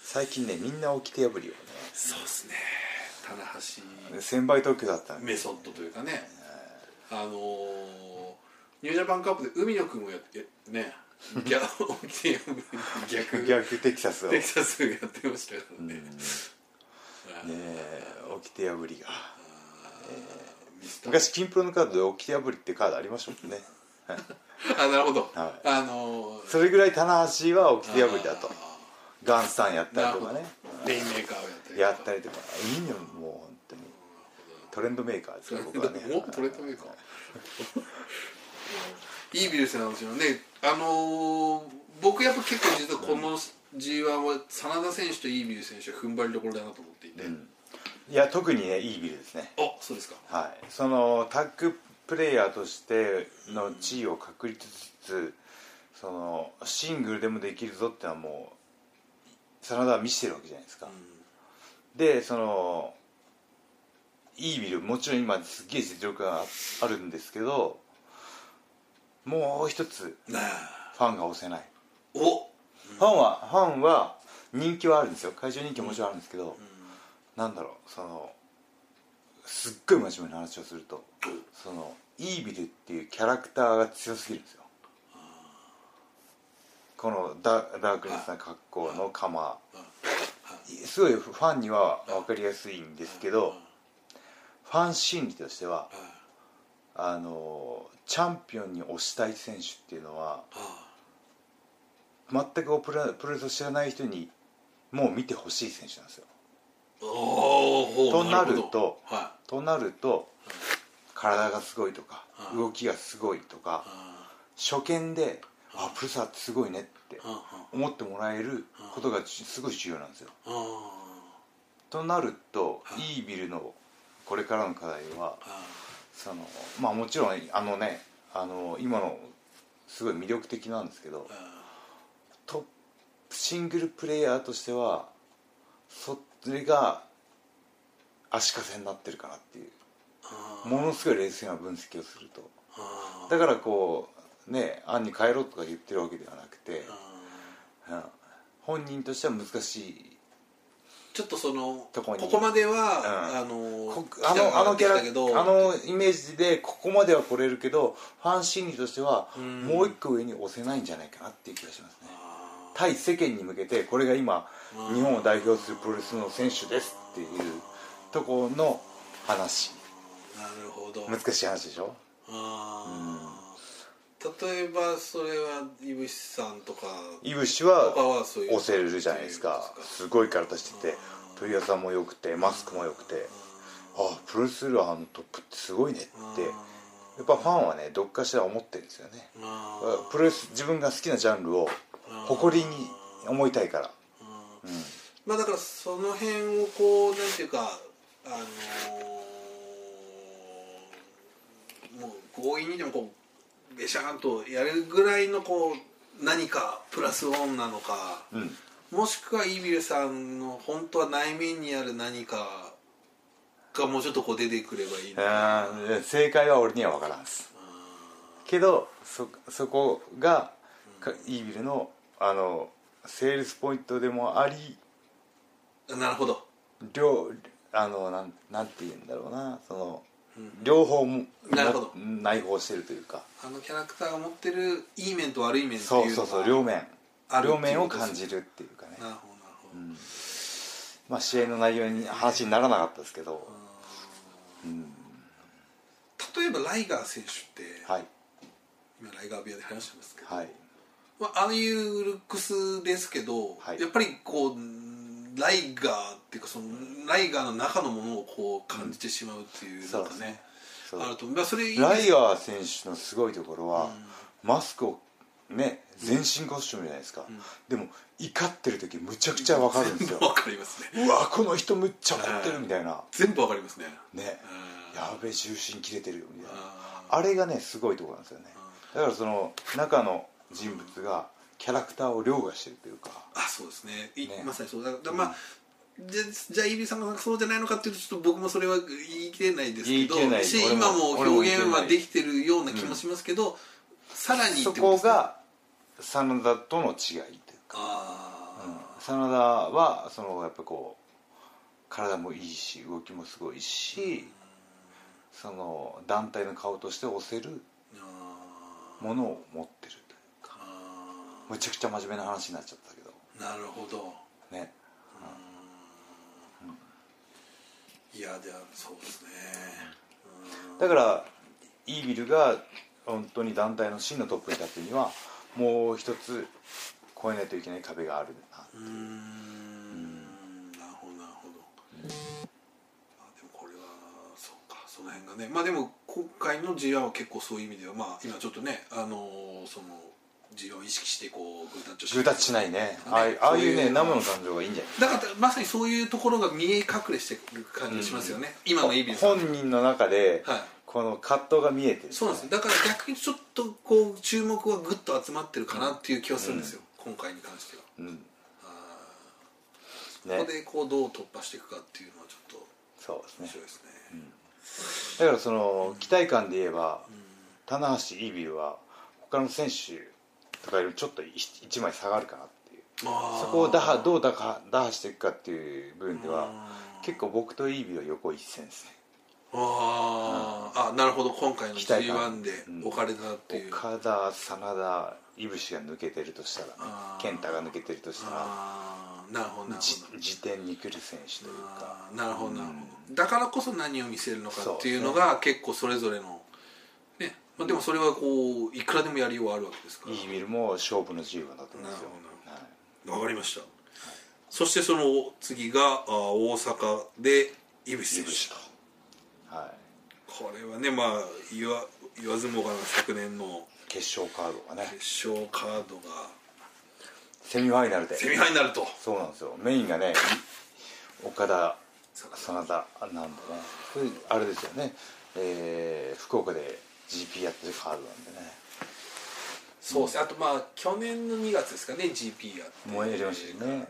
Speaker 1: 最近ねみんなオキティアブリを
Speaker 2: そうですね棚橋
Speaker 1: ね1000倍特許だったんで
Speaker 2: メソッドというかねあのーニュージャパンカップで海野君をやってね逆逆
Speaker 1: 逆テキサスを
Speaker 2: テ
Speaker 1: ね
Speaker 2: キサスやってましたからね、
Speaker 1: えオキティアブリが
Speaker 2: ミスター
Speaker 1: 昔キンプロのカードでオキティアブリってカードありましたもんね
Speaker 2: あなるほど、
Speaker 1: は
Speaker 2: あのー
Speaker 1: それぐらい棚橋はオキティアブリだとガンスタンやった
Speaker 2: な
Speaker 1: り
Speaker 2: る
Speaker 1: と
Speaker 2: ほ
Speaker 1: か
Speaker 2: ど
Speaker 1: ね
Speaker 2: レインメーカーをや
Speaker 1: や
Speaker 2: ったり
Speaker 1: ったりとかいいのもう本当にトレンドメーカーですよ僕 はね
Speaker 2: もっとレッドメーカーいいビルスなんですよねあのー僕やっぱ結構実はこの G1 は真田選手とイービル選手は踏ん張りどころだなと思っていて、
Speaker 1: いや特にねいいビルですね
Speaker 2: あそうですか
Speaker 1: はい、そのタッグプレイヤーとしての地位を確立しつつ、そのシングルでもできるぞってのはもう真田は見せてるわけじゃないですか、でそのイービルもちろん今すっげえ実力があるんですけどもう一つ
Speaker 2: なあ
Speaker 1: ファンが押せない、
Speaker 2: お
Speaker 1: ファンはファンは人気はあるんですよ会場人気はもちろんあるんですけど、なんだろうそのすっごい真面目な話をするとそのイービルっていうキャラクターが強すぎるんですよこのダダークネスな格好の釜すごいファンには分かりやすいんですけどファン心理としてはあのチャンピオンに推したい選手っていうのは
Speaker 2: あ
Speaker 1: 全くプロプロレスを知らない人にもう見てほしい選手なんですよ
Speaker 2: おお
Speaker 1: となると
Speaker 2: は
Speaker 1: となると体がすごいとか
Speaker 2: うん
Speaker 1: 動きがすごいとか
Speaker 2: いあ
Speaker 1: 初見で「あプルサーってすごいね」って
Speaker 2: ああ
Speaker 1: 思ってもらえることがじすごい重要なんですよ。
Speaker 2: ああ
Speaker 1: となると
Speaker 2: うん
Speaker 1: いいビルのこれからの課題は
Speaker 2: あ
Speaker 1: そのまあもちろんあのねあの今のすごい魅力的なんですけど
Speaker 2: あ
Speaker 1: トップシングルプレイヤーとしてはそれが足かせになってるかなっていう
Speaker 2: あ
Speaker 1: ものすごい冷静な分析をすると。
Speaker 2: あ
Speaker 1: だからこうね案に変えろとか言ってるわけではなくて、うん本人としては難しい
Speaker 2: ちょっとその
Speaker 1: とこに
Speaker 2: こまで
Speaker 1: こ
Speaker 2: は、あ
Speaker 1: あ
Speaker 2: の
Speaker 1: のあのキャラ
Speaker 2: 来たけど
Speaker 1: あのイメージでここまでは来れるけどファン心理としては
Speaker 2: ん
Speaker 1: もう一個上に押せないんじゃないかなっていう気がしますね
Speaker 2: あ
Speaker 1: 対世間に向けてこれが今
Speaker 2: うん
Speaker 1: 日本を代表するプロレスの選手ですっていうところの話
Speaker 2: ーなるほど
Speaker 1: 難しい話でしょ
Speaker 2: あー例えばそれは井渕さんとか
Speaker 1: イブシは
Speaker 2: 他はそういう
Speaker 1: 押せるじゃないですかすごい体してて鳥屋さんも良くてマスクも良くてあプロレスラーのトップってすごいねってやっぱファンはねどっかしら思ってるんですよね
Speaker 2: あ
Speaker 1: プロレス自分が好きなジャンルを誇りに思いたいから
Speaker 2: ーまあだからその辺をこうなんていうかあのーもう強引にでもこうべしゃーんとやるぐらいのこう何かプラスオンなのか、
Speaker 1: うん
Speaker 2: もしくはイビルさんの本当は内面にある何かがもうちょっとこう出てくればいいな
Speaker 1: あー正解は俺には分からんっすけどそそこがかイービルのあのセールスポイントでもあり
Speaker 2: なるほど
Speaker 1: 両あのなんなんて言うんだろうなその、
Speaker 2: うん
Speaker 1: 両方も
Speaker 2: なるほど
Speaker 1: 内包してるというか
Speaker 2: あのキャラクターが持ってるいい面と悪い面って
Speaker 1: そう
Speaker 2: いうのが
Speaker 1: そうそう両面
Speaker 2: あるってい
Speaker 1: 両
Speaker 2: うことで
Speaker 1: 面を
Speaker 2: すね
Speaker 1: 感じるっていうかね
Speaker 2: なるほどなるほど、
Speaker 1: まあ試合の内容に話にならなかったですけど、
Speaker 2: 例えばライガー選手って、
Speaker 1: はい
Speaker 2: 今ライガー部屋で話してますけど、
Speaker 1: はい
Speaker 2: まあ、ああいうルックスですけど、
Speaker 1: はい
Speaker 2: やっぱりこううんライガーっていうかそのライガーの中のものをこう感じてしまうっていう、
Speaker 1: そ
Speaker 2: な
Speaker 1: うん
Speaker 2: かね
Speaker 1: そう
Speaker 2: あるとまあそれいいです
Speaker 1: ライガー選手のすごいところは、マスクをね全身コスチュームじゃないですか、でも怒ってる時むちゃくちゃわかるんですよ
Speaker 2: わかりますね
Speaker 1: うわこの人むっちゃ怒ってるみたいな、
Speaker 2: 全部わかりますね
Speaker 1: ね
Speaker 2: うん
Speaker 1: やべえ重心切れてるよみたいな
Speaker 2: あ
Speaker 1: あれがねすごいところなんですよねだからその中の人物がキャラクターを凌駕してるというか
Speaker 2: ーあそうですねい
Speaker 1: ね
Speaker 2: まさにそうだから、まあじゃじゃあイービーさんがそうじゃないのかっていうとちょっと僕もそれは言い切れないですけど
Speaker 1: 言い切れない
Speaker 2: し
Speaker 1: 俺も
Speaker 2: 今も
Speaker 1: 俺も
Speaker 2: 表
Speaker 1: 言い切
Speaker 2: 現
Speaker 1: れない
Speaker 2: はできてるような気もしますけど、さらにって
Speaker 1: そ
Speaker 2: とで
Speaker 1: こ
Speaker 2: すね
Speaker 1: が真田との違いというか
Speaker 2: あ
Speaker 1: 真田はそのやっぱこう体もいいし動きもすごいしその団体の顔として推せる
Speaker 2: ーあ
Speaker 1: ものを持ってるという
Speaker 2: ー
Speaker 1: か
Speaker 2: あ
Speaker 1: むちゃくちゃ真面目な話になっちゃったけど
Speaker 2: ーなるほど
Speaker 1: ね
Speaker 2: いやではそうですね
Speaker 1: だからイービルが本当に団体の真のトップに立つにはもう一つ越えないといけない壁があるな
Speaker 2: うーんなるほどなるほど、まあでもこれはそうかその辺がねまあでも今回の G1 は結構そういう意味ではまあ今ちょっとねあのーその G1 を意識してこうグータッチを
Speaker 1: グータッチしないねああいうああいうね生の感情がいいんじゃない
Speaker 2: だからまさにそういうところが見え隠れしてる感じしますよね、今のイービルさんは
Speaker 1: 本人の中で
Speaker 2: はい
Speaker 1: この葛藤が見えてる
Speaker 2: そうなんですよだから逆にちょっとこう注目はぐっと集まってるかなっていう気はするんですよ、今回に関しては
Speaker 1: うん
Speaker 2: こ
Speaker 1: ね
Speaker 2: こでこうどう突破していくかっていうのはちょっと
Speaker 1: そうですね
Speaker 2: 面白いです
Speaker 1: だ
Speaker 2: ね
Speaker 1: からその期待感で言えば棚橋イービルは他の選手とかよりちょっと一一枚下がるかなっていう
Speaker 2: あー
Speaker 1: そこを打破どう打破打破していくかっていう部分では
Speaker 2: うん
Speaker 1: 結構僕とイービルは横一線ですね
Speaker 2: あーあなるほど今回の
Speaker 1: 期待感
Speaker 2: G1 で
Speaker 1: うん
Speaker 2: 置かれたっていう、
Speaker 1: 岡田真田いぶしが抜けてるとしたらね
Speaker 2: あー
Speaker 1: 健太が抜けてるとしたら
Speaker 2: ああなるほどなる
Speaker 1: じ
Speaker 2: ほど
Speaker 1: 時点に来る選手というか
Speaker 2: あーなるほどなるほどだからこそ何を見せるのかっていうの
Speaker 1: そ
Speaker 2: が結構それぞれのね、まあ、でもそれはこういくらでもやりようはあるわけですから
Speaker 1: イービルも勝負の10番だと思うんですよ
Speaker 2: なる
Speaker 1: はい
Speaker 2: ほわかりましたそしてその次があー大阪で井口選手
Speaker 1: はい
Speaker 2: これはねまあ言わ言わずもがな昨年の
Speaker 1: 決勝カードがね
Speaker 2: 決勝カードが
Speaker 1: セミファイナルで
Speaker 2: セミファイナルと
Speaker 1: そうなんですよメインがね岡田真田なんでねそれあれですよね、えー福岡で GP やってるカードなんでね
Speaker 2: そうですねあとまあ去年の2月ですかね GP やって
Speaker 1: 燃えりましたね
Speaker 2: ね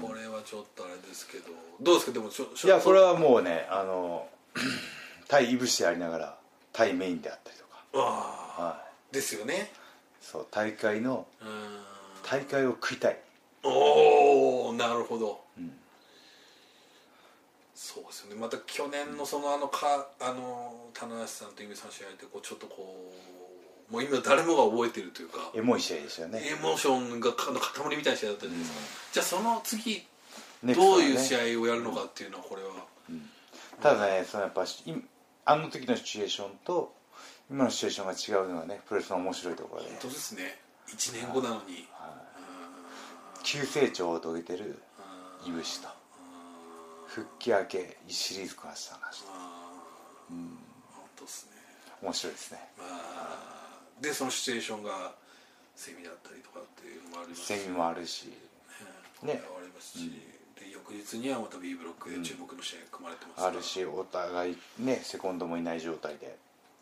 Speaker 2: これはちょっとあれですけどどうですかでもちょちょ
Speaker 1: いやこれはもうねあの 対いぶしでありながら対メインであったりと
Speaker 2: あ
Speaker 1: か、
Speaker 2: あ
Speaker 1: はい、
Speaker 2: ですよね
Speaker 1: そう大会の
Speaker 2: うーん
Speaker 1: 大会を食いたい
Speaker 2: おおなるほど、そうですよねまた去年のそのあのかあの棚橋さんと井上さんの試合ってこうちょっとこうもう今誰もが覚えてるというか
Speaker 1: エモい試合でしたよね
Speaker 2: エモーションがかの塊みたいな試合だったじゃないですか、じゃあその次
Speaker 1: ネクスト
Speaker 2: ど
Speaker 1: は
Speaker 2: う
Speaker 1: ね
Speaker 2: いう試合をやるのかっていうのはこれは、
Speaker 1: ただねそのやっぱし今あの時のシチュエーションと今のシチュエーションが違うのがねプロレスの面白いところで
Speaker 2: 本当ですね1年後なのに
Speaker 1: 急成長を遂げてるいぶしと復帰明けシリーズこなした話と
Speaker 2: 本当ですね
Speaker 1: 面白いですね
Speaker 2: でそのシチュエーションがセミだったりとかっていうのもありますし
Speaker 1: セミもあるしね
Speaker 2: ありますし、で翌日にはまた B ブロックで注目の試合が組まれてますから
Speaker 1: あるしお互いねセコンドもいない状態で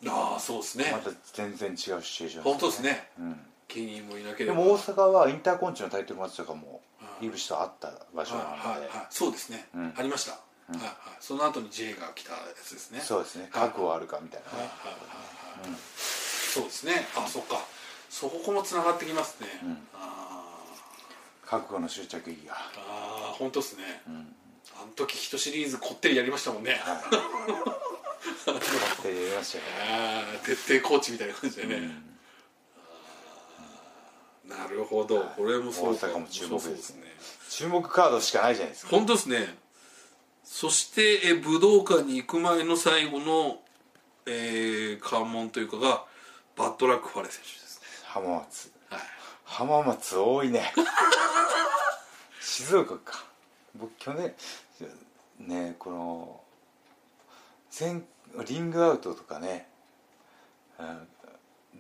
Speaker 2: ああそうですね、
Speaker 1: また全然違うシチュエーションすね
Speaker 2: 本当ですね
Speaker 1: うん
Speaker 2: ケニーもいなけれ
Speaker 1: で
Speaker 2: ば
Speaker 1: も大阪はインターコンチのタイトルマッチとかもいぶしと会った場所な
Speaker 2: はい
Speaker 1: の
Speaker 2: は
Speaker 1: で
Speaker 2: いはいそうですね、
Speaker 1: ん
Speaker 2: ありました、はいはいその後に J が来たやつですね
Speaker 1: そうですね覚悟はあるかみたいな
Speaker 2: はい
Speaker 1: ね
Speaker 2: はいはいはいそうですねあそっかそこもつながってきますね、
Speaker 1: ん
Speaker 2: あ
Speaker 1: 覚悟の執着意義が、
Speaker 2: ーあー本当ですね
Speaker 1: うん、
Speaker 2: あの時一シリーズこってりやりましたもんね
Speaker 1: はいやりましたよ
Speaker 2: あー徹底コーチみたいな感じでね、なるほどこれもそう
Speaker 1: 大阪も注目ですね
Speaker 2: そうそうね
Speaker 1: 注目カードしかないじゃないですか
Speaker 2: 本当ですねそしてえ武道館に行く前の最後の、えー、関門というかがバッドラックファレ選手ですね
Speaker 1: 浜松
Speaker 2: はい
Speaker 1: 浜松多いね 静岡か僕去年ねこの全リングアウトとかねうん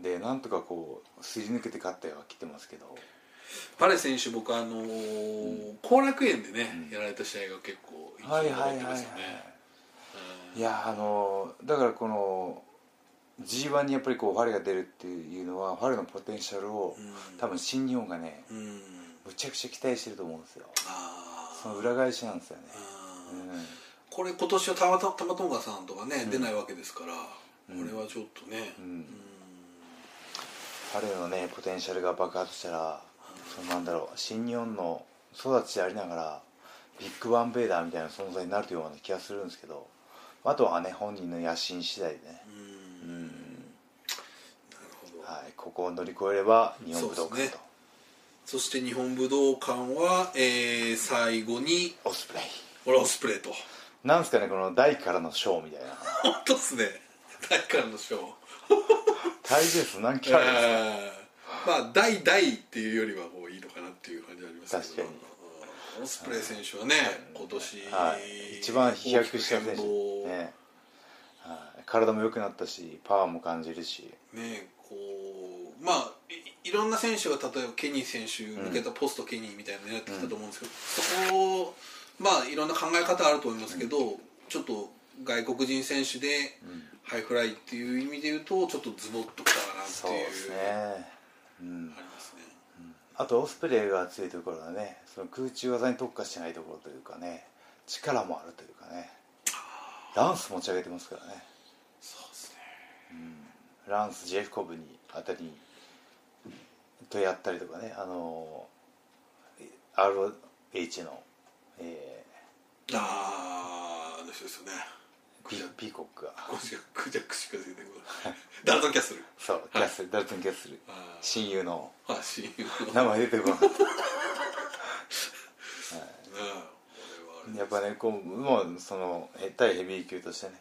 Speaker 1: でなんとかこうすり抜けて勝ったよは来てますけど
Speaker 2: ファレ選手僕あのー後楽園でね、やられた試合が結構印象
Speaker 1: はい
Speaker 2: に
Speaker 1: はいは
Speaker 2: 残っ
Speaker 1: い
Speaker 2: て
Speaker 1: は
Speaker 2: ま
Speaker 1: い
Speaker 2: すよね
Speaker 1: いやあのだからこの g 1にやっぱりこうファレが出るっていうのはファレのポテンシャルを
Speaker 2: うん
Speaker 1: 多分新日本がね
Speaker 2: うん、うん
Speaker 1: むちゃくちゃ期待してると思うんですよ
Speaker 2: あー
Speaker 1: その裏返しなんですよね、
Speaker 2: あ
Speaker 1: う
Speaker 2: ー
Speaker 1: ん
Speaker 2: これ今年はたまたたまとんがさんとかね、出ないわけですからこれはちょっとね、
Speaker 1: ん彼のねポテンシャルが爆発したらそのなんだろう新日本の育ちでありながらビッグワンベーダーみたいな存在になるような気がするんですけどあとはね本人の野心次第でね、
Speaker 2: うんうんなるほど
Speaker 1: はい、ここを乗り越えれば日本武道
Speaker 2: そう
Speaker 1: 館
Speaker 2: です
Speaker 1: と
Speaker 2: ねそして日本武道館は、えー最後に
Speaker 1: オスプレイ
Speaker 2: オラオスプレイと
Speaker 1: なんですかねこの台からのショーみたいな
Speaker 2: 本当っすね大からの賞
Speaker 1: 体重数何キ
Speaker 2: え
Speaker 1: ロあるんですか
Speaker 2: ーまあ大大っていうよりはこういいのかなっていう感じはありますけど
Speaker 1: 確かに
Speaker 2: オスプレイ選手はね、今年、
Speaker 1: はい、一番飛躍した選
Speaker 2: 大
Speaker 1: 手
Speaker 2: きく変貌
Speaker 1: ねはい体も良くなったしパワーも感じるし
Speaker 2: ねこうまあいいろんな選手が例えばケニー選手抜けたポストケニーみたいなの狙ってきたと思うんですけど、そこをまあいろんな考え方あると思いますけど、ちょっと外国人選手でハイフライっていう意味で言うとちょっとズボッときたかなって
Speaker 1: そう
Speaker 2: いう
Speaker 1: ですねうん
Speaker 2: ありますね
Speaker 1: あとオスプレイが強いところはねその空中技に特化してないところというかね力もあるというかねランス持ち上げてますからね
Speaker 2: そうですね
Speaker 1: ランスジェフコブにあたりとやったりとかねあの ROH の、え
Speaker 2: あああの人ですよね
Speaker 1: ーピピーコックが
Speaker 2: ゴジャクジャクしか出てこないダルトンキャッスル
Speaker 1: そうキャッスルダルトン・キャッスル
Speaker 2: あー
Speaker 1: 親友の
Speaker 2: あ親友の
Speaker 1: 名前出てこなかった
Speaker 2: うんこれはあれ
Speaker 1: やっぱねこうもうそのえ対ヘビー級としてね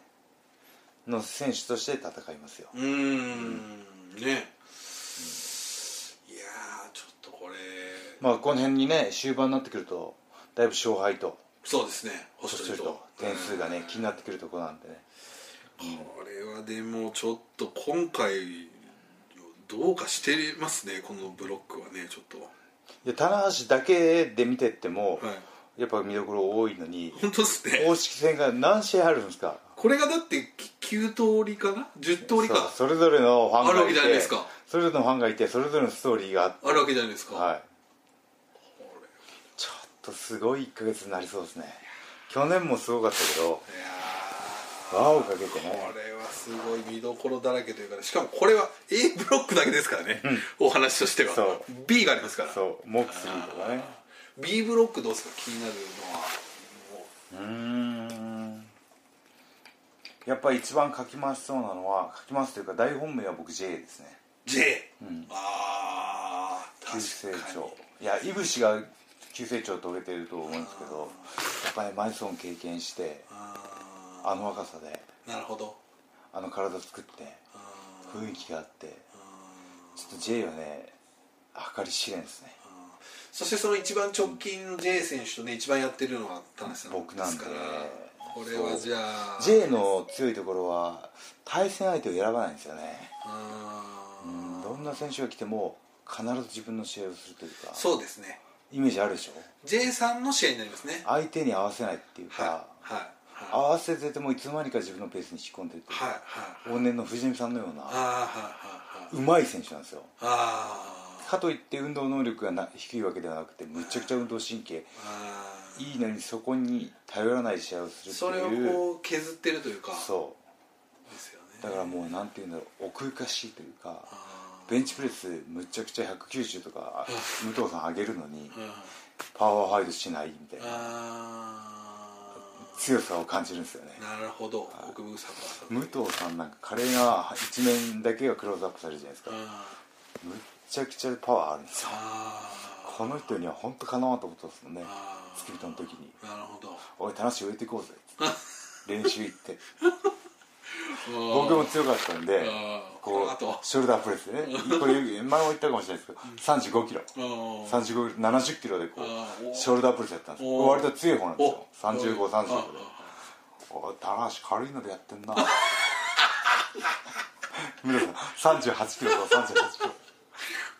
Speaker 1: の選手として戦いますよ
Speaker 2: うーんね、いやーちょっとこれ
Speaker 1: まあこの辺にね終盤になってくるとだいぶ勝敗と
Speaker 2: そうですね星
Speaker 1: す
Speaker 2: 取
Speaker 1: る
Speaker 2: りと
Speaker 1: と点数がね気になってくるところなんでね
Speaker 2: うんこれはでもちょっと今回どうかしてますねこのブロックはねちょっと
Speaker 1: で棚橋だけで見てっても、
Speaker 2: はい
Speaker 1: やっぱ見どころ多いのに
Speaker 2: 本当っすね
Speaker 1: 公式戦が何試合あるんですか
Speaker 2: これがだってき9通りかな10通り
Speaker 1: そう
Speaker 2: か
Speaker 1: それぞれのファン
Speaker 2: ある
Speaker 1: が
Speaker 2: わ
Speaker 1: いて
Speaker 2: けじゃないですか
Speaker 1: それぞれのファンがいてそれぞれのストーリーがあって
Speaker 2: あるわけじゃないですか、
Speaker 1: はいちょっとすごい1ヶ月になりそうですね去年もすごかったけど
Speaker 2: いやー
Speaker 1: 輪をかけて
Speaker 2: こ
Speaker 1: ね
Speaker 2: れはすごい見どころだらけというか、しかもこれは A ブロックだけですからね、お話としては
Speaker 1: そう
Speaker 2: B がありますから
Speaker 1: そうモックスリーとかね
Speaker 2: B ブロックどうですか気になるのは
Speaker 1: う
Speaker 2: も
Speaker 1: ーんやっぱり一番書き回しそうなのは書き回すというか大本命は僕 J ですね
Speaker 2: う J、ああ
Speaker 1: 急成
Speaker 2: 確かに
Speaker 1: 長いやいぶしが急成長を遂げてると思うんですけどやっぱりマイソン経験して
Speaker 2: あ
Speaker 1: あの若さで
Speaker 2: ーなるほど
Speaker 1: あの体作って
Speaker 2: あー
Speaker 1: 雰囲気があって
Speaker 2: あー
Speaker 1: ちょっと J はね計り知れんですね
Speaker 2: そしてその一番直近の J 選手とね一番やってるのは田中さん
Speaker 1: 僕なん
Speaker 2: です
Speaker 1: で
Speaker 2: からこれはじゃあ
Speaker 1: J の強いところは対戦相手を選ばないんですよね
Speaker 2: あー
Speaker 1: うんどんな選手が来ても必ず自分の試合をするというか
Speaker 2: そうですね
Speaker 1: イメージあるでしょ
Speaker 2: J さんの試合になりますね
Speaker 1: 相手に合わせないっていう
Speaker 2: はい
Speaker 1: か、
Speaker 2: はい
Speaker 1: 合
Speaker 2: はい
Speaker 1: わせててもいつの間にか自分のペースに引き込んでるっていう
Speaker 2: はいはい
Speaker 1: 往年の藤波さんのよう
Speaker 2: あー
Speaker 1: な
Speaker 2: はいはいはいう
Speaker 1: まい選手なんですよ
Speaker 2: あー
Speaker 1: かといって運動能力がな低いわけではなくてむちゃくちゃ運動神経
Speaker 2: あー
Speaker 1: いいのにそこに頼らない試合をするって
Speaker 2: それを
Speaker 1: いう
Speaker 2: こう削ってるというか
Speaker 1: そ
Speaker 2: ですよね
Speaker 1: だからもうなんていうんだろう奥ゆかしいというか
Speaker 2: あ
Speaker 1: ベンチプレスむちゃくちゃ190とか武藤さん上げるのに
Speaker 2: ーうん
Speaker 1: パワーファイトしないみたいな
Speaker 2: あ
Speaker 1: 強さを感じるんですよね
Speaker 2: ーなるほど奥深さ
Speaker 1: 武藤さんなんかカレーが一面だけがクローズアップされるじゃないですか
Speaker 2: あ
Speaker 1: むっちゃくちゃパワーあるんですよ
Speaker 2: あ
Speaker 1: この人には本当かなわんと思ったんですもんね
Speaker 2: あ
Speaker 1: 付き人の時に
Speaker 2: ーなるほど
Speaker 1: 「おい田無植えていこうぜ」練習行 って僕
Speaker 2: 僕
Speaker 1: も強かったんで
Speaker 2: あー
Speaker 1: こ
Speaker 2: この後
Speaker 1: うショルダープレスでねこれ前も言ったかもしれないですけど35キロ
Speaker 2: 30
Speaker 1: 35 70キロでこ
Speaker 2: あーお
Speaker 1: うショルダープレスやったんです
Speaker 2: おー
Speaker 1: 割と強い方なんですよ3535で
Speaker 2: あ
Speaker 1: 「おい田無軽いのでやってんな」 無理だ38キロと38キロ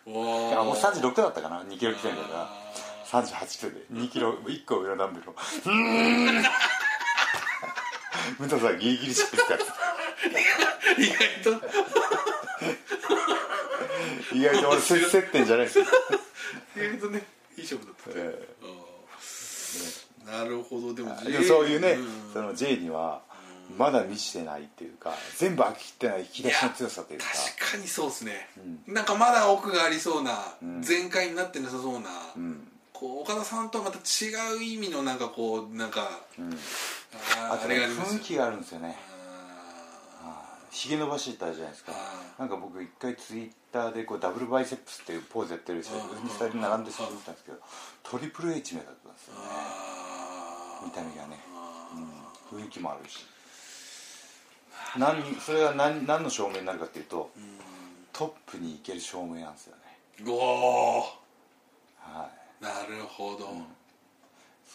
Speaker 2: ー
Speaker 1: あもう36だったかな2キロ刻みだから
Speaker 2: あ
Speaker 1: 38キロで2キロ1個上のダンベルを「 武藤さんギリギリしてるから
Speaker 2: ー意外と
Speaker 1: 意外と俺接接点じゃないですよ、
Speaker 2: 意外とねいい勝負だったね
Speaker 1: え
Speaker 2: あーなるほどでも
Speaker 1: えでもそういうね、
Speaker 2: ん
Speaker 1: その J にはまだ満ちてないっていうか全部飽きってない引き出しの強さというか
Speaker 2: 確かにそうですね、なんかまだ奥がありそうな、
Speaker 1: ん
Speaker 2: 全開になってなさそうな、
Speaker 1: うん
Speaker 2: こう岡田さんとはまた違う意味のなんかこうなんか、
Speaker 1: ん
Speaker 2: あ
Speaker 1: あ
Speaker 2: ー
Speaker 1: と
Speaker 2: あ
Speaker 1: ね
Speaker 2: れがあります
Speaker 1: 雰囲気があるんですよね
Speaker 2: あ
Speaker 1: ひげ伸ばしてたじゃないですか
Speaker 2: あ
Speaker 1: なんか僕一回ツイッターでこうダブルバイセップスっていうポーズやってる人
Speaker 2: うん
Speaker 1: 上に2人並んで写真撮ったんですけどトリプル H 目だったんですよね
Speaker 2: ーあー
Speaker 1: 見た目がね、うん雰囲気もあるし何それが何何の証明になるかっていうとトップに行ける証明なんですよね
Speaker 2: うおー
Speaker 1: はい
Speaker 2: なるほど、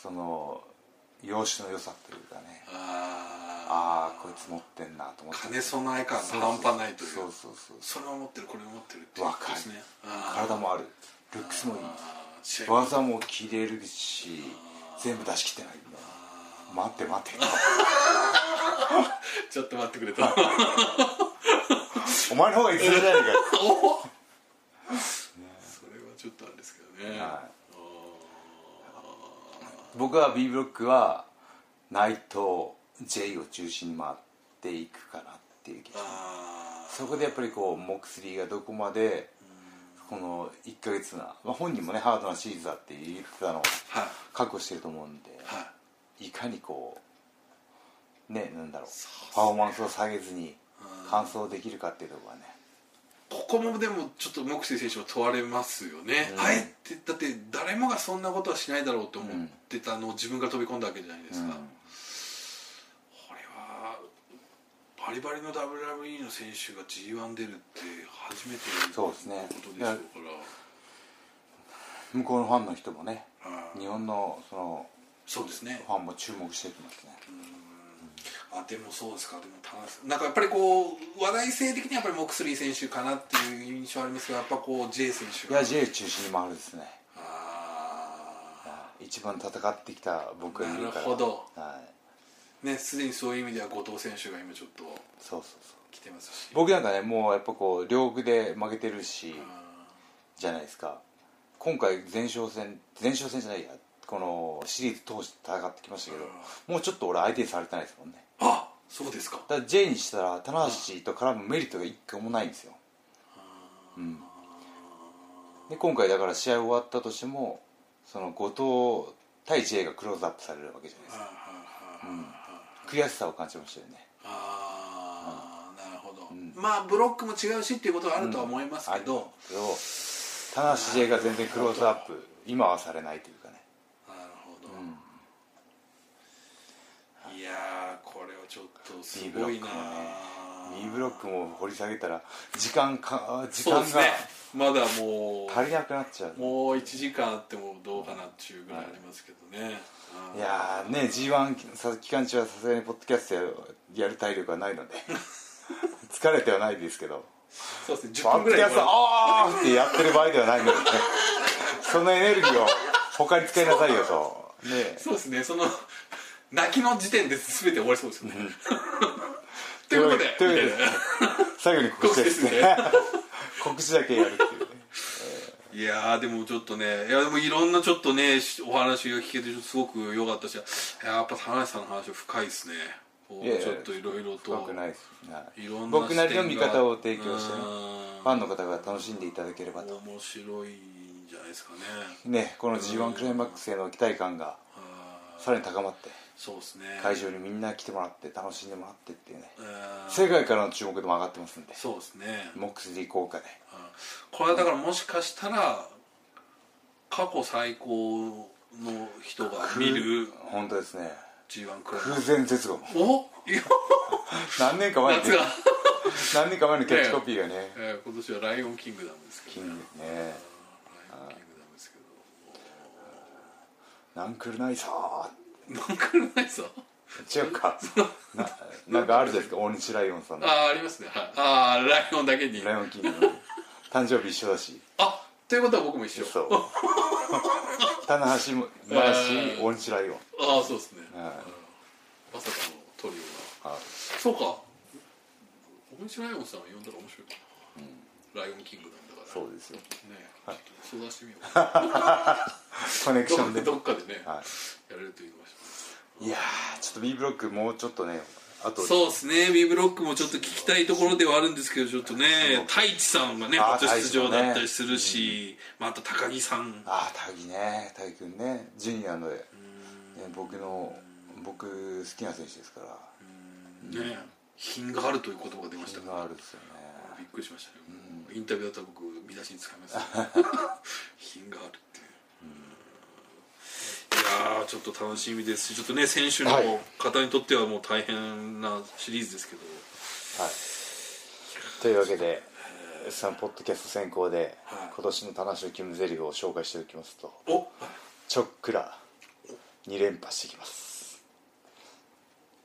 Speaker 1: その容姿の良さというかね
Speaker 2: ああ
Speaker 1: ああこいつ持ってんなと思って
Speaker 2: 兼ね備え感が半端ないという
Speaker 1: そうそうそう
Speaker 2: それを持ってるこれを持ってるっていうこ
Speaker 1: 若
Speaker 2: と
Speaker 1: い
Speaker 2: ですねあー
Speaker 1: 体もあるルックスもいい
Speaker 2: あー試合も
Speaker 1: 技も切れるし全部出し切ってないんだ待って待って
Speaker 2: ちょっと待ってくれた
Speaker 1: お前の方がいずれじゃないか
Speaker 2: おそれはちょっとあれですけどね、
Speaker 1: は
Speaker 2: あ
Speaker 1: 僕は B ブロックは内藤 J を中心に回っていくかなっていう気がします
Speaker 2: あ
Speaker 1: そこでやっぱりこうモクスリーがどこまでこの1ヶ月な、まあ、本人もねハードなシリーズだって言ってたのを
Speaker 2: はい
Speaker 1: 覚悟してると思うんで
Speaker 2: はい
Speaker 1: いかにこうねなんだろうパフォーマンスを下げずに完走できるかっていうところはね
Speaker 2: ここもでもちょっとモクシー選手も問われますよね、あえてだって誰もがそんなことはしないだろうと思ってたのを自分が飛び込んだわけじゃないですか、これはバリバリの WWE の選手が G1 出るって初めて
Speaker 1: そうですね
Speaker 2: ことでしょうから
Speaker 1: 向こうのファンの人もね
Speaker 2: あー
Speaker 1: 日本のその
Speaker 2: そうですね
Speaker 1: ファンも注目してきますね
Speaker 2: あでもそうですかでも田中さんなんかやっぱりこう話題性的にはやっぱりモクスリー選手かなっていう印象ありますがやっぱこう J 選手
Speaker 1: い
Speaker 2: が
Speaker 1: や J 中心に回るですね
Speaker 2: あ
Speaker 1: 一番戦ってきた僕がいるから
Speaker 2: なるほど
Speaker 1: はい、
Speaker 2: ーねすでにそういう意味では後藤選手が今ちょっと
Speaker 1: そうそうそう
Speaker 2: 来てますし
Speaker 1: 僕なんかねもうやっぱこう両国で負けてるし
Speaker 2: あ
Speaker 1: じゃないですか今回前哨戦前哨戦じゃないやこのシリーズ通して戦ってきましたけどもうちょっと俺相手にされてないですもんね
Speaker 2: ーあそうですか
Speaker 1: だから J にしたら棚橋と絡むメリットが一個もないんですようんで今回だから試合終わったとしてもその後藤対 J がクローズアップされるわけじゃないですか
Speaker 2: あー
Speaker 1: 悔しさを感じましたよね
Speaker 2: あーなるほど、まあブロックも違うしっていうことはあるとは思いますけど、
Speaker 1: けど棚橋 J が全然クローズアップ今はされないというかね
Speaker 2: なるほど、いやーこれはちょっとすごいな
Speaker 1: B ブロックも掘り下げたら時間か時
Speaker 2: そう
Speaker 1: 間
Speaker 2: です
Speaker 1: が
Speaker 2: ねまだもう
Speaker 1: 足りなくなっちゃう
Speaker 2: もう1時間あってもどうかなっていうぐらいありますけどね、あー
Speaker 1: いやーね g 1期間中はさすがにポッドキャストやるやる体力はない ので疲れてはないですけど
Speaker 2: そうですね10
Speaker 1: ポ
Speaker 2: 分
Speaker 1: ッド
Speaker 2: ぐ
Speaker 1: キャ
Speaker 2: らい
Speaker 1: ス
Speaker 2: で
Speaker 1: トあーってやってる場合ではないので そのエネルギーを他に使いなさいよとね
Speaker 2: そうですねその泣きの時点で全て終わりそうですよね、 ということで
Speaker 1: ということ
Speaker 2: みたいな
Speaker 1: で最後に告知ですね
Speaker 2: 告知ですね
Speaker 1: 告知だけやるっていうね
Speaker 2: いやーでもちょっとねいやでもいろんなちょっとねしお話が聞けてすごく良かったしやっぱ田中さんの話は深いですねこう
Speaker 1: いやいや
Speaker 2: ちょっといろいろと
Speaker 1: 深くないです、はい
Speaker 2: いろんな
Speaker 1: 僕なりの見方を提供してね
Speaker 2: フ
Speaker 1: ファンの方が楽しんでいただければと
Speaker 2: 面白いんじゃないですかね
Speaker 1: ねこの g 1クライマックスへの期待感が
Speaker 2: あー
Speaker 1: さらに高まって
Speaker 2: そうですね
Speaker 1: 会場にみんな来てもらって楽しんでもらってっていうね
Speaker 2: えー
Speaker 1: 世界からの注目度も上がってますんで
Speaker 2: そうですね
Speaker 1: モックスリー効果で
Speaker 2: あこれはだからもしかしたら過去最高の人が見る
Speaker 1: 本当ですね
Speaker 2: G1 クライマッ
Speaker 1: 空前絶後
Speaker 2: クおい や
Speaker 1: 何年か前に
Speaker 2: 夏が、
Speaker 1: 何年か前のキャッチコピーがね
Speaker 2: えー今年は「ライオンキングダム」ですけ
Speaker 1: 金
Speaker 2: どね
Speaker 1: ね
Speaker 2: ライオンキングダムですけ
Speaker 1: なんくるないさー
Speaker 2: どなんかないですよ
Speaker 1: 違う かななんかあるじゃないですか大西ライオンさんの
Speaker 2: ああありますねはいああライオンだけに
Speaker 1: ライオンキングの誕生日一緒だし
Speaker 2: あということは僕も一緒
Speaker 1: そう棚橋もまし大西ライオン
Speaker 2: ああそうですね、
Speaker 1: はい
Speaker 2: まさかのトリオが
Speaker 1: はい
Speaker 2: そうか小西ライオンさんを呼んだら面白いかな、ライオンキングなんだから
Speaker 1: そうですよ
Speaker 2: ねちょっと相談して みようか
Speaker 1: コネクション
Speaker 2: な
Speaker 1: で
Speaker 2: どっかでね、
Speaker 1: は
Speaker 2: やれるといいかもしれない
Speaker 1: いいやーちょっと B ブロックもうちょっとねあと
Speaker 2: そうですね B ブロックもちょっと聞きたいところではあるんですけどちょっとね太一さんがね
Speaker 1: あ
Speaker 2: 初出場
Speaker 1: 太一さんね
Speaker 2: だったりするし、まあ、あと高木さん
Speaker 1: ああタギねタギ君ねジュニアの、ね、僕の僕好きな選手ですから
Speaker 2: ね品があるという言葉が出ました
Speaker 1: 品
Speaker 2: から
Speaker 1: があるんですよね
Speaker 2: びっくりしましたね、インタビューだったら僕見出しに使 います品があるっていう、いやーちょっと楽しみですしちょっとね選手の
Speaker 1: はい
Speaker 2: 方にとってはもう大変なシリーズですけど
Speaker 1: というわけでさんポッドキャスト先行で
Speaker 2: はい
Speaker 1: 今年の田中キムゼリフを紹介しておきますと
Speaker 2: お
Speaker 1: ちょっくら2連覇してきます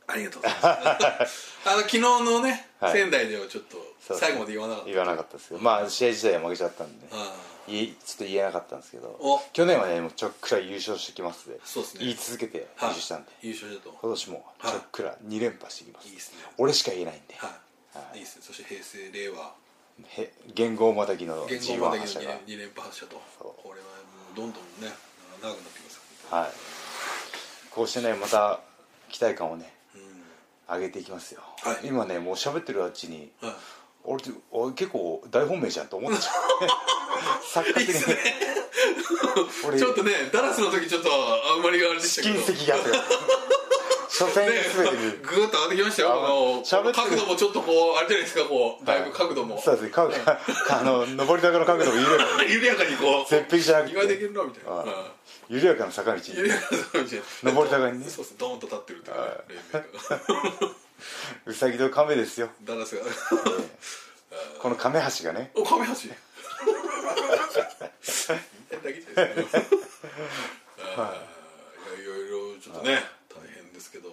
Speaker 2: ありがとうございます あの昨日のね、
Speaker 1: はい
Speaker 2: 仙台ではちょっ
Speaker 1: そ
Speaker 2: と
Speaker 1: うですね
Speaker 2: 最後まで言わなかった
Speaker 1: 言わなかったですけどまあ試合自体は負けちゃったんでね
Speaker 2: あ
Speaker 1: いちょっと言えなかったんですけ
Speaker 2: お
Speaker 1: ど去年はねもうちょっくら優勝してきますで
Speaker 2: そうですね
Speaker 1: 言い続けて優
Speaker 2: ーはい
Speaker 1: 勝したんで
Speaker 2: 優勝したと
Speaker 1: 今年もちょっくら2連覇してきます
Speaker 2: いいですね
Speaker 1: 俺しか言えないんで
Speaker 2: はい、い、いですねそして平成令和
Speaker 1: へ元号またぎの
Speaker 2: 言
Speaker 1: G1
Speaker 2: 語まで
Speaker 1: 覇
Speaker 2: 2
Speaker 1: 者
Speaker 2: 連
Speaker 1: が
Speaker 2: 二連覇発射と
Speaker 1: そう
Speaker 2: これはもうどんどんね長くなってきます
Speaker 1: はいこうしてねまた期待感をね
Speaker 2: うん
Speaker 1: 上げていきますよ、
Speaker 2: はい
Speaker 1: 今ねもう喋ってるうちに
Speaker 2: はい
Speaker 1: 俺って俺結構大本命じゃんと思ってちゃ う錯覚に、俺
Speaker 2: ちょっとねダラスの時ちょっとあんまりあれでしたけ
Speaker 1: 金
Speaker 2: ど
Speaker 1: 石が所詮全てに
Speaker 2: グーッと上がってきましたよ
Speaker 1: あ
Speaker 2: こ
Speaker 1: 喋
Speaker 2: の
Speaker 1: ってる
Speaker 2: 角度もちょっとこうあれじゃないですかこうだいぶ角度も、
Speaker 1: そうですね角あの上り坂の角度も緩やか
Speaker 2: 緩やかにこう
Speaker 1: 絶壁じゃなく
Speaker 2: 意外でいけ
Speaker 1: て
Speaker 2: るなみたいな、
Speaker 1: はい
Speaker 2: うん
Speaker 1: 緩やかな坂道
Speaker 2: 緩やかなみたいな
Speaker 1: 登り高にね
Speaker 2: そうですねドーンと立ってるっていう
Speaker 1: は
Speaker 2: ね黎明が
Speaker 1: うさぎと亀ですよ
Speaker 2: ダラスが
Speaker 1: この亀橋がね
Speaker 2: お亀橋言いたいだけじゃないですかあーいやいろいろちょっとね大変ですけど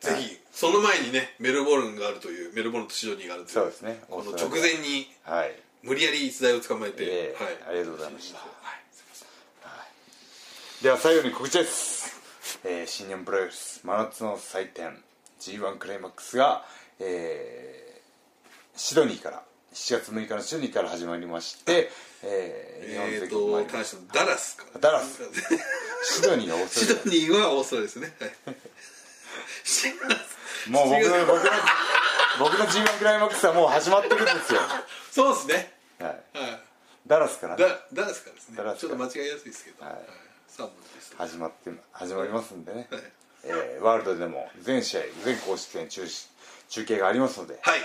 Speaker 2: ぜひその前にねメルボルンがあるというメルボルンとシドニーがあるという
Speaker 1: そうですね
Speaker 2: この
Speaker 1: オースト
Speaker 2: 直
Speaker 1: ラリア
Speaker 2: 前に
Speaker 1: はい
Speaker 2: 無理やり逸材を捕まえて、
Speaker 1: いえ
Speaker 2: はい、
Speaker 1: ありがとうございました
Speaker 2: はいすいません
Speaker 1: では最後に告知です、えー新日本プロレス真夏の祭典 g 1クライマックスが、えーシドニーから7月6日のシドニーから始まりまして、えー日
Speaker 2: えー
Speaker 1: 本全国
Speaker 2: と田中さんダラスから
Speaker 1: ダラスシドニーがオー
Speaker 2: シ
Speaker 1: スト
Speaker 2: ド
Speaker 1: ラリ
Speaker 2: ニーはオーストラリアですねはいシドニー
Speaker 1: アもう僕
Speaker 2: シド
Speaker 1: の
Speaker 2: ニー
Speaker 1: 僕の僕の g 1クライマックスはもう始まってるんですよ、
Speaker 2: そうですね
Speaker 1: はい、
Speaker 2: はい
Speaker 1: ダラスからね
Speaker 2: だダラスからですね
Speaker 1: ダラス
Speaker 2: ちょ
Speaker 1: か
Speaker 2: っ
Speaker 1: ら
Speaker 2: と間違いやすいですけど、
Speaker 1: はい
Speaker 2: 3文字です、
Speaker 1: 始まって始まりますんでね、
Speaker 2: はい
Speaker 1: えーワールドでも全試合全公式戦中止中継がありますので、
Speaker 2: はい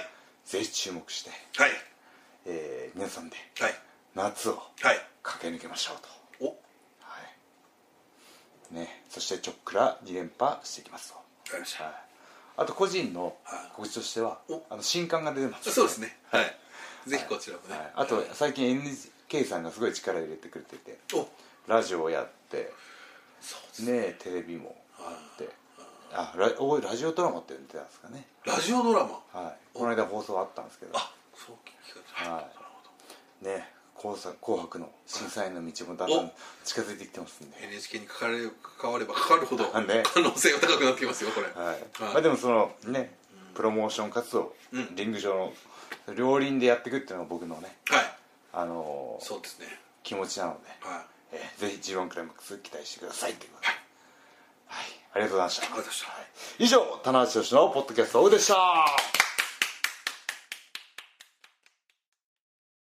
Speaker 1: ぜひ注目して、
Speaker 2: はい
Speaker 1: えー皆さんで
Speaker 2: はい
Speaker 1: 夏を
Speaker 2: はい
Speaker 1: 駆け抜けましょうと、
Speaker 2: おわ
Speaker 1: はいね、そしてちょっくら2連覇していきます
Speaker 2: かりまし
Speaker 1: と、はい
Speaker 2: た、
Speaker 1: あと個人の
Speaker 2: はい
Speaker 1: 告知としては
Speaker 2: お
Speaker 1: あの新刊が出てます
Speaker 2: そうですねはい、ぜひこちらもね、
Speaker 1: はいあと最近 NHK さんがすごい力入れてくれてて
Speaker 2: お
Speaker 1: ラジオをやって
Speaker 2: そうですね
Speaker 1: ねテレビもあってあラおいラジオドラマって出てたんですかね
Speaker 2: ラジオドラマ
Speaker 1: はいこの間放送あったんですけど
Speaker 2: あそう聞かれた
Speaker 1: はい
Speaker 2: なるほど
Speaker 1: ね紅さ紅白の審査員の道もだんだん近づいてきてますんで
Speaker 2: NHK にかかれ関わればかかるほど可
Speaker 1: あね
Speaker 2: 能性が高くなってきますよこれ
Speaker 1: はい、
Speaker 2: はい
Speaker 1: まあ、でもそのねプロモーション活動、
Speaker 2: うん
Speaker 1: リング上の両輪でやっていくっていうのが僕のね、
Speaker 2: はい
Speaker 1: あのー
Speaker 2: そうですね
Speaker 1: 気持ちなので、
Speaker 2: はい
Speaker 1: えーぜひ G1 クライマックス期待してくださいということで、はい、ありがとうございました
Speaker 2: ありがとうございました
Speaker 1: はい以上棚橋宏のポッドキャストオフでした